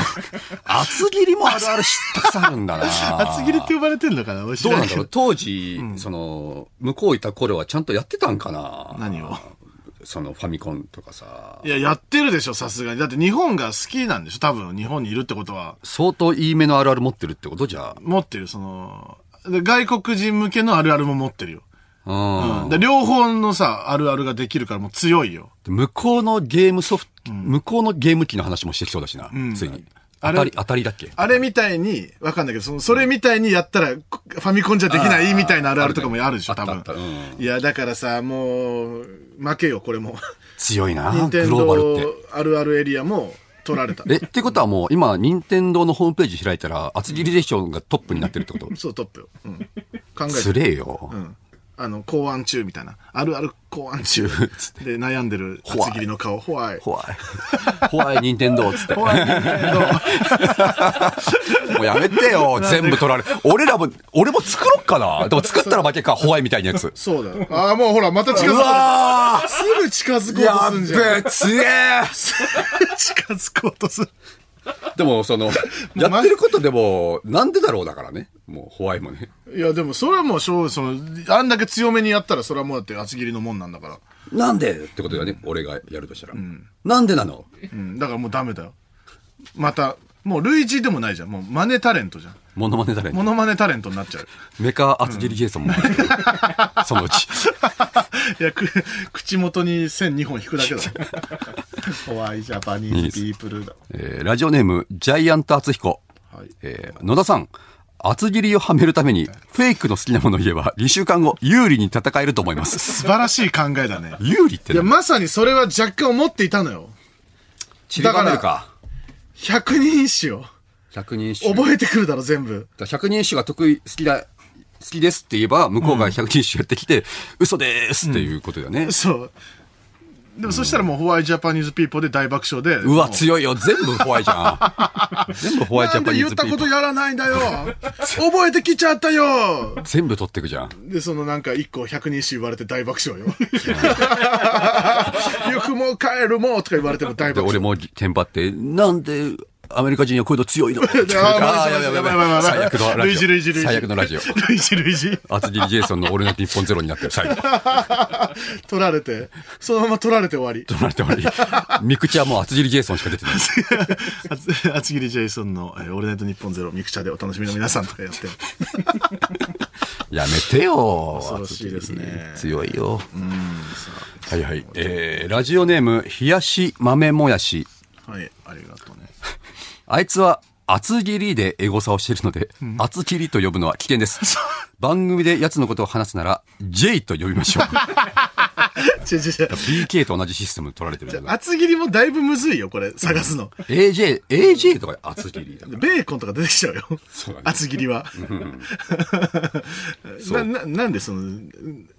Speaker 1: 厚切りもあるあるたくさんあるんだな。
Speaker 3: 厚切りって呼ばれてんのかなどう
Speaker 1: どうなんだろう当時、その、向こういた頃はちゃんとやってたんかな
Speaker 3: 何を
Speaker 1: そのファミコンとかさ
Speaker 3: い。や、やってるでしょ、さすがに。だって日本が好きなんでしょ多分、日本にいるってことは。
Speaker 1: 相当いい目のあるある持ってるってことじゃ
Speaker 3: 持ってる、その、で外国人向けのあるあるも持ってるよ。
Speaker 1: あ。うん
Speaker 3: うん。で両方のさ、あるあるができるからもう強いよ。
Speaker 1: 向こうのゲームソフト、向こうのゲーム機の話もしてきそうだしな、ついに。当
Speaker 3: あれ
Speaker 1: たり、当たりだっけ
Speaker 3: あれみたいに、わかんないけど、その、それみたいにやったら、ファミコンじゃできないみたいなあるあるとかもあるでしょ、多
Speaker 1: あ
Speaker 3: 分
Speaker 1: ったあったう。
Speaker 3: いや、だからさ、もう、負けよ、これも。
Speaker 1: 強いな
Speaker 3: 任天
Speaker 1: グローバルって
Speaker 3: 堂。あるあるエリアも取 られた。
Speaker 1: え、ってことはもう今、任天堂のホームページ開いたら、厚切りデーションがトップになってるってこと
Speaker 3: そう、トップよ。うん。考え
Speaker 1: つ
Speaker 3: て。
Speaker 1: れえよ。
Speaker 3: うん。あの、考案中みたいな。あるある考 案中。で、悩んでる
Speaker 1: ホワイ
Speaker 3: 厚切りの顔、ホワイ。
Speaker 1: 怖い。怖い、任 天堂っ つって。
Speaker 3: ホワイ任天堂
Speaker 1: もうやめてよ、全部取られ。俺らも、俺も作ろっかな。でも作ったら負けか、ホワイみたいなやつ。
Speaker 3: そうだよ。ああ、もうほら、また近
Speaker 1: う
Speaker 3: づ
Speaker 1: わ
Speaker 3: く。すぐ近づ
Speaker 1: ー
Speaker 3: こ
Speaker 1: や
Speaker 3: うとすんじゃん。
Speaker 1: っべ、強え
Speaker 3: 近づこうとする。
Speaker 1: でも、その、やってることでも、なんでだろうだからね。もう、ホワイもね。
Speaker 3: いや、でもそれはもう、しょう、その、あんだけ強めにやったら、それはもうだって厚切りのもんなんだから。
Speaker 1: なんでってことだよね、俺がやるとしたら。なんでなの
Speaker 3: うん、だからもうダメだよ。また、もう類似でもないじゃん。もう真似タレントじゃん。
Speaker 1: モノマネだね。
Speaker 3: モノマネタレントになっちゃう。
Speaker 1: メカ厚切りジェイソンも。そのうち。
Speaker 3: いや、く、口元に線2本引くだけだ。怖いジャパニーズピープルだ。
Speaker 1: えーラジオネーム、ジャイアント厚彦。
Speaker 3: はい
Speaker 1: えー野田さん、厚切りをはめるために、フェイクの好きなものを言えば、2週間後、有利に戦えると思います。
Speaker 3: 素晴らしい考えだね。
Speaker 1: 有利って
Speaker 3: いや、
Speaker 1: ね、
Speaker 3: まさにそれは若干思っていたのよ。
Speaker 1: 散りばめるか。
Speaker 3: 百人一首を。
Speaker 1: 百人一首。
Speaker 3: 覚えてくるだろ、全部。
Speaker 1: だから百人一首が得意、好きだ、好きですって言えば、向こうが百人一首やってきて、嘘でーすっていうことだよね。
Speaker 3: そう。でもそしたらもうホワイトジャパニーズピーポーで大爆笑で。
Speaker 1: うわ、
Speaker 3: も
Speaker 1: 強いよ。全部ホワイじゃ ん。全部ホワイジ
Speaker 3: な
Speaker 1: ャ
Speaker 3: ん
Speaker 1: パ
Speaker 3: で
Speaker 1: ニー
Speaker 3: 言っ
Speaker 1: ズ
Speaker 3: た
Speaker 1: ピ
Speaker 3: こ
Speaker 1: ーポ
Speaker 3: と
Speaker 1: ー。
Speaker 3: やらないんだよ覚えてきちゃったよ
Speaker 1: 全部取ってくじゃん。
Speaker 3: で、そのなんか一個百人一首言われて大爆笑よ。よくもう帰るもうとか言われても大
Speaker 1: で、
Speaker 3: 爆笑
Speaker 1: 俺。もテンパって、なんで、アメリカ人はこういうの強い のあ
Speaker 3: あ
Speaker 1: ー
Speaker 3: あ、やばいやばいやばいやばい。
Speaker 1: 最悪のラジオ。
Speaker 3: 類似類似類似。
Speaker 1: 最悪のラジオ。
Speaker 3: 類似類似。
Speaker 1: 厚切りジェイソンの俺の日本ゼロになってる、 最後。
Speaker 3: 取られて、そのまま取られて終わり。
Speaker 1: 取られて終わり。ミクチャはもう厚切りジェイソンしか出てない。
Speaker 3: 厚厚切りジェイソンの、えー、オールナイトニッポンゼロミクチャでお楽しみの皆さんとかやって。
Speaker 1: やめてよ。
Speaker 3: 恐ろしいですね
Speaker 1: 厚切り強いよ。はいはい。えー、ラジオネーム、冷やし豆もやし。
Speaker 3: はい、ありがとうね。
Speaker 1: あいつは厚切りでエゴサをしているので、厚切りと呼ぶのは危険 です。番組で奴のことを話すなら、J と呼びま しょう。
Speaker 3: ちょちょちょ。
Speaker 1: BK と同じシステム取られてるんだ。
Speaker 3: 厚切りもだいぶむずいよ、これ、探すの。
Speaker 1: AJ、AJ とか厚切りだから。
Speaker 3: ベーコンとか出てきちゃうよ。
Speaker 1: うだね
Speaker 3: 厚切りは。な、な、なんでその、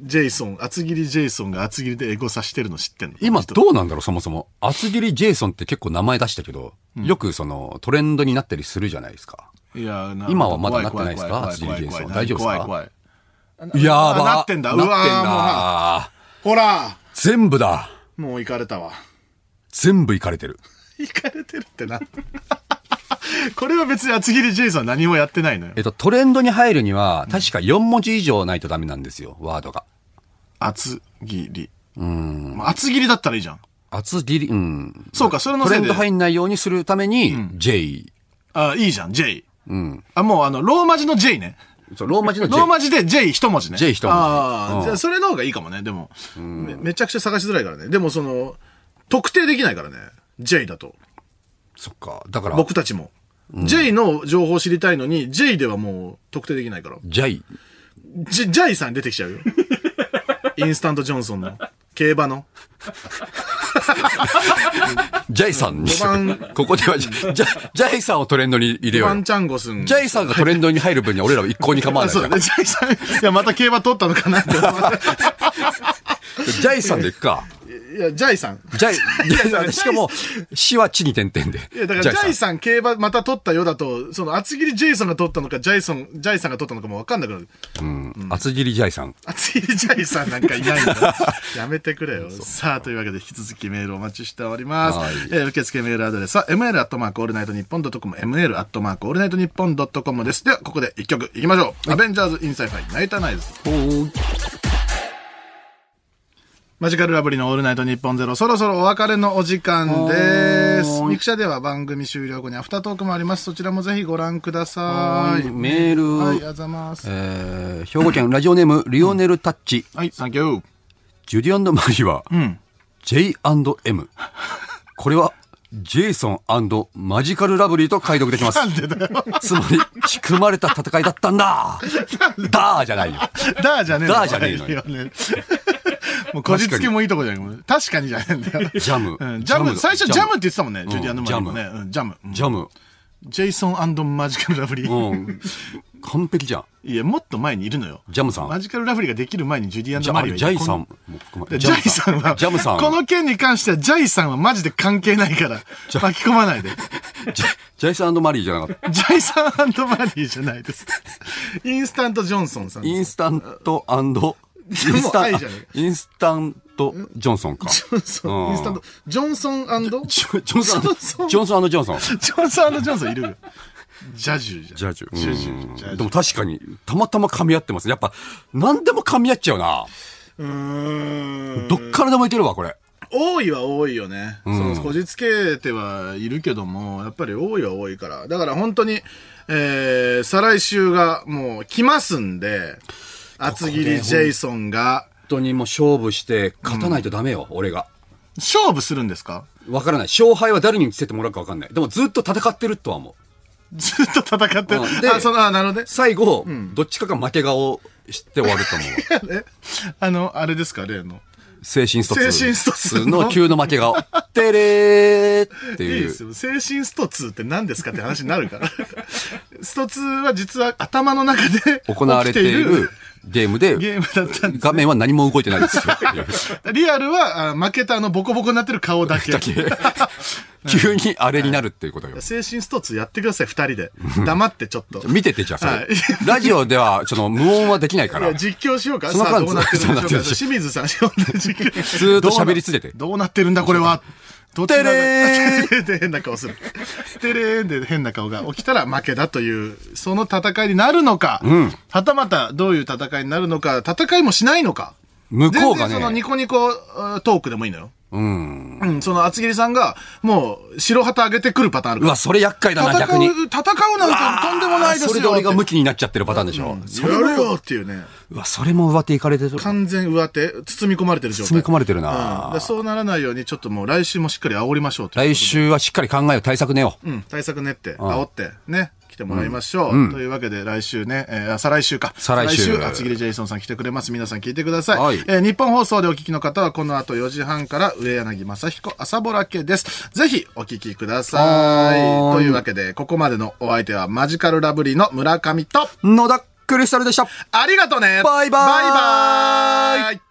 Speaker 3: ジェイソン、厚切りジェイソンが厚切りでエゴサしてるの知ってんの
Speaker 1: 今どうなんだろう、そもそも。厚切りジェイソンって結構名前出したけど、よくそのトレンドになったりするじゃないですか。
Speaker 3: いや、な
Speaker 1: 今はまだなってないですか厚切りジェイソン大丈夫ですかやば
Speaker 3: なってんだうわー
Speaker 1: なってんだ
Speaker 3: ほら
Speaker 1: 全部だ
Speaker 3: もう行かれたわ。
Speaker 1: 全部いかれてる。
Speaker 3: 行かれてるってな。 これは別に厚切りジェイソンは何もやってないのよ
Speaker 1: え。っと、トレンドに入るには、確か4文字以上ないとダメなんですよ、ワードが。
Speaker 3: 厚切り。うん。厚切りだったらいいじゃん。
Speaker 1: 厚切り、うん。
Speaker 3: そうか、それの
Speaker 1: ト
Speaker 3: せ
Speaker 1: レン
Speaker 3: いで。
Speaker 1: ド入んないようにするために、J。
Speaker 3: あ、いいじゃん、J。うん。あ、もうあの、ローマ字の J ね。
Speaker 1: そうローマ字の J。
Speaker 3: ローマ字で J 一文字ね。
Speaker 1: J 一文字
Speaker 3: ああ、
Speaker 1: うん
Speaker 3: じゃあそれの方がいいかもね、でも、め。めちゃくちゃ探しづらいからね。でもその、特定できないからね。J だと。
Speaker 1: そっか。だから、
Speaker 3: 僕たちも。J の情報を知りたいのに、J ではもう特定できないから。
Speaker 1: J。
Speaker 3: ジジャイさん出てき ちゃうよ。インスタントジョンソンの、競馬の。
Speaker 1: ジャイさんにしとく
Speaker 3: 五番
Speaker 1: ここではジャ、ジャジャイさんをトレンドに入れよ
Speaker 3: ワ
Speaker 1: うよ
Speaker 3: ン。チャンゴスン。
Speaker 1: ジャイさんがトレンドに入る分には俺らは一向に構わ
Speaker 3: あ
Speaker 1: ないじ
Speaker 3: そ
Speaker 1: ゃ
Speaker 3: うんだ。ね、ジャイさん。いや、また競馬取ったのかなって思って。
Speaker 1: ジャイさんで行くか。
Speaker 3: いや、ジャイさん。
Speaker 1: ジャイ、ジャイさんでしかも、死は地に点々で。
Speaker 3: いや、だから、ジャイ
Speaker 1: さ
Speaker 3: さん競馬また取ったようだと、その厚切りジェイソンが取ったのか、ジャイソン、ジャイさんが取ったのかもわかんなくなる。
Speaker 1: ん厚切りジャイさん。
Speaker 3: 厚切りジャイさんなんかいないん だ。やめてくれよ。さあ、というわけで引き続きメールお待ちしております
Speaker 1: はい。
Speaker 3: えー受付メールアドレスは ml アットマークオールナイトニッポンドットコム、ml アットマークオールナイトニッポンドットコムです。では、ここで一曲いきましょう。アベンジャーズインサイファイナイターナイズ。マジカルラブリーのオールナイトニッポンゼロ、そろそろお別れのお時間です。ミクシャでは番組終了後にアフタートークもあります。そちらもぜひご覧ください。
Speaker 1: メール、
Speaker 3: はい、ありがとうございます。
Speaker 1: えー兵庫県ラジオネーム、リオネルタッチ。
Speaker 3: はい、サンキュー。
Speaker 1: ジュディマリは、J&M。これは、ジェイソンマジカルラブリーと解読できます。
Speaker 3: なんでだよ。
Speaker 1: つまり、仕組まれた戦いだったんだだーじゃないよ。
Speaker 3: ダーじゃねえ
Speaker 1: ダーじゃねえのよ
Speaker 3: ね。 もうこじつけもいいとこじゃないもんね確かにじゃねえんだよ。
Speaker 1: ジャム
Speaker 3: うんジャム。
Speaker 1: ジャム
Speaker 3: 最初ジャムって言ってたもんね。ジュディアンド・
Speaker 1: ジャム
Speaker 3: マリーもね。うんジャム。うん
Speaker 1: ジャム。
Speaker 3: ジェイソンマジカル・ラブリー。
Speaker 1: うん。完璧じゃん。
Speaker 3: いや、もっと前にいるのよ。
Speaker 1: ジャムさん
Speaker 3: マジカル・ラブリーができる前にジュディアン
Speaker 1: ジ
Speaker 3: ド・
Speaker 1: ャあ
Speaker 3: マ
Speaker 1: あ
Speaker 3: リー
Speaker 1: れ
Speaker 3: は
Speaker 1: ジャイさん
Speaker 3: こ
Speaker 1: も含め
Speaker 3: んジャイさんは、
Speaker 1: ジャムさん。
Speaker 3: この件に関してはジャイさんはマジで関係ないから、巻き込まないで。
Speaker 1: ジャジャイさんマリーじゃなかった。
Speaker 3: ジャイさんマリーじゃないです。インスタント・ジョンソンさんです
Speaker 1: インスタント インスタ
Speaker 3: もう愛
Speaker 1: ン
Speaker 3: じゃない
Speaker 1: インスタントジョンソンか。ジ
Speaker 3: そ
Speaker 1: う
Speaker 3: う
Speaker 1: ん
Speaker 3: インスタント。ジョンソンジ
Speaker 1: ョジョンソン
Speaker 3: ジョンソン
Speaker 1: ジョンソンジョンソン。
Speaker 3: ョンソンジョンソンいるよ。ジャジュじゃん。
Speaker 1: ジャジュ
Speaker 3: ジャジュ
Speaker 1: うん
Speaker 3: ジャジュ
Speaker 1: でも確かに、たまたま噛み合ってます。やっぱ、何でも噛み合っちゃうな。
Speaker 3: うーん。
Speaker 1: どっからでもいけるわ、これ。
Speaker 3: 多いは多いよね。そのこじつけてはいるけども、やっぱり多いは多いから。だから本当に、えー、再来週がもう来ますんで、厚切りジェイソンが、
Speaker 1: 本当にもう勝負して、勝たないとダメよ、俺が。
Speaker 3: 勝負するんですか
Speaker 1: わからない。勝敗は誰に着せてもらうかわかんない。でもずっと戦ってるとは思う。
Speaker 3: ずっと戦ってる
Speaker 1: うん。で
Speaker 3: あ、その、あ、なるほどね。
Speaker 1: 最後、どっちかが負け顔して終わると思うわ。
Speaker 3: えあの、あれですか、例の。
Speaker 1: 精神ストツ。
Speaker 3: 精神ストツの
Speaker 1: の急の負け顔。てれーって
Speaker 3: い
Speaker 1: い
Speaker 3: いで
Speaker 1: う
Speaker 3: す。よ。精神スト2って何ですかって話になるから。 スト2は実は頭の中で
Speaker 1: 行われているゲームで、
Speaker 3: ゲームだったんで
Speaker 1: 画面は何も動いてないですよ。
Speaker 3: リアルはあ負けたあのボコボコになってる顔だけ。
Speaker 1: だけ 急にあれになるっていうことよ。
Speaker 3: 精神スト2やってください、二人で。黙ってちょっと。
Speaker 1: 見ててじゃあそ
Speaker 3: はい
Speaker 1: れ。ラジオでは、その無音はできないか
Speaker 3: いや
Speaker 1: ら。
Speaker 3: 実況しようか。
Speaker 1: その
Speaker 3: さあ、
Speaker 1: 間
Speaker 3: どうなってるんでし
Speaker 1: ず
Speaker 3: ょ
Speaker 1: っ
Speaker 3: うか。
Speaker 1: と
Speaker 3: 清水さん、呼んで実況
Speaker 1: ずーっと喋り続けて
Speaker 3: どうなってるんだ、これは。ど
Speaker 1: てれ
Speaker 3: ーんで変な顔する。てれーんで変な顔が起きたら負けだという、その戦いになるのか、はたまたどういう戦いになるのか、戦いもしないのか。
Speaker 1: 向こう
Speaker 3: 全
Speaker 1: が
Speaker 3: 然そのニ
Speaker 1: ね、
Speaker 3: コニコうんトークでもいいのよ。
Speaker 1: うん。
Speaker 3: うん、その厚切りさんが、もう、白旗上げてくるパターンある
Speaker 1: う
Speaker 3: か
Speaker 1: わ、それ厄介だ
Speaker 3: ら。
Speaker 1: な、
Speaker 3: 戦
Speaker 1: 逆に。
Speaker 3: う、戦うなんてとんでもないですよ。
Speaker 1: それで俺が
Speaker 3: って
Speaker 1: 向きになっちゃってるパターンでしょ。それ
Speaker 3: やるよっていうね。
Speaker 1: うわ、それも上手いかれてる。
Speaker 3: 完全上手、包み込まれてる状態。
Speaker 1: 包み込まれてる
Speaker 3: うんだから
Speaker 1: な。
Speaker 3: そうならないように、ちょっともう来週もしっかり煽りましょうという
Speaker 1: 来週はしっかり考えよう、対策ねよう。
Speaker 3: うん、対策練って、煽って、ね、来てもらいましょう。というわけで、来週ね、えー、あ再来週か。
Speaker 1: 再来週
Speaker 3: 厚切りジェイソンさん来てくれます。皆さん聞いてください。
Speaker 1: はい
Speaker 3: えー日本放送でお聞きの方は、この後4時半から、上柳正彦朝ぼら家です。ぜひ、お聞きくださ。
Speaker 1: はいーい
Speaker 3: というわけで、ここまでのお相手は、マジカルラブリーの村上と、
Speaker 1: 野田クリスタルでした。
Speaker 3: ありがとね
Speaker 1: バイバーイ
Speaker 3: バイバーイ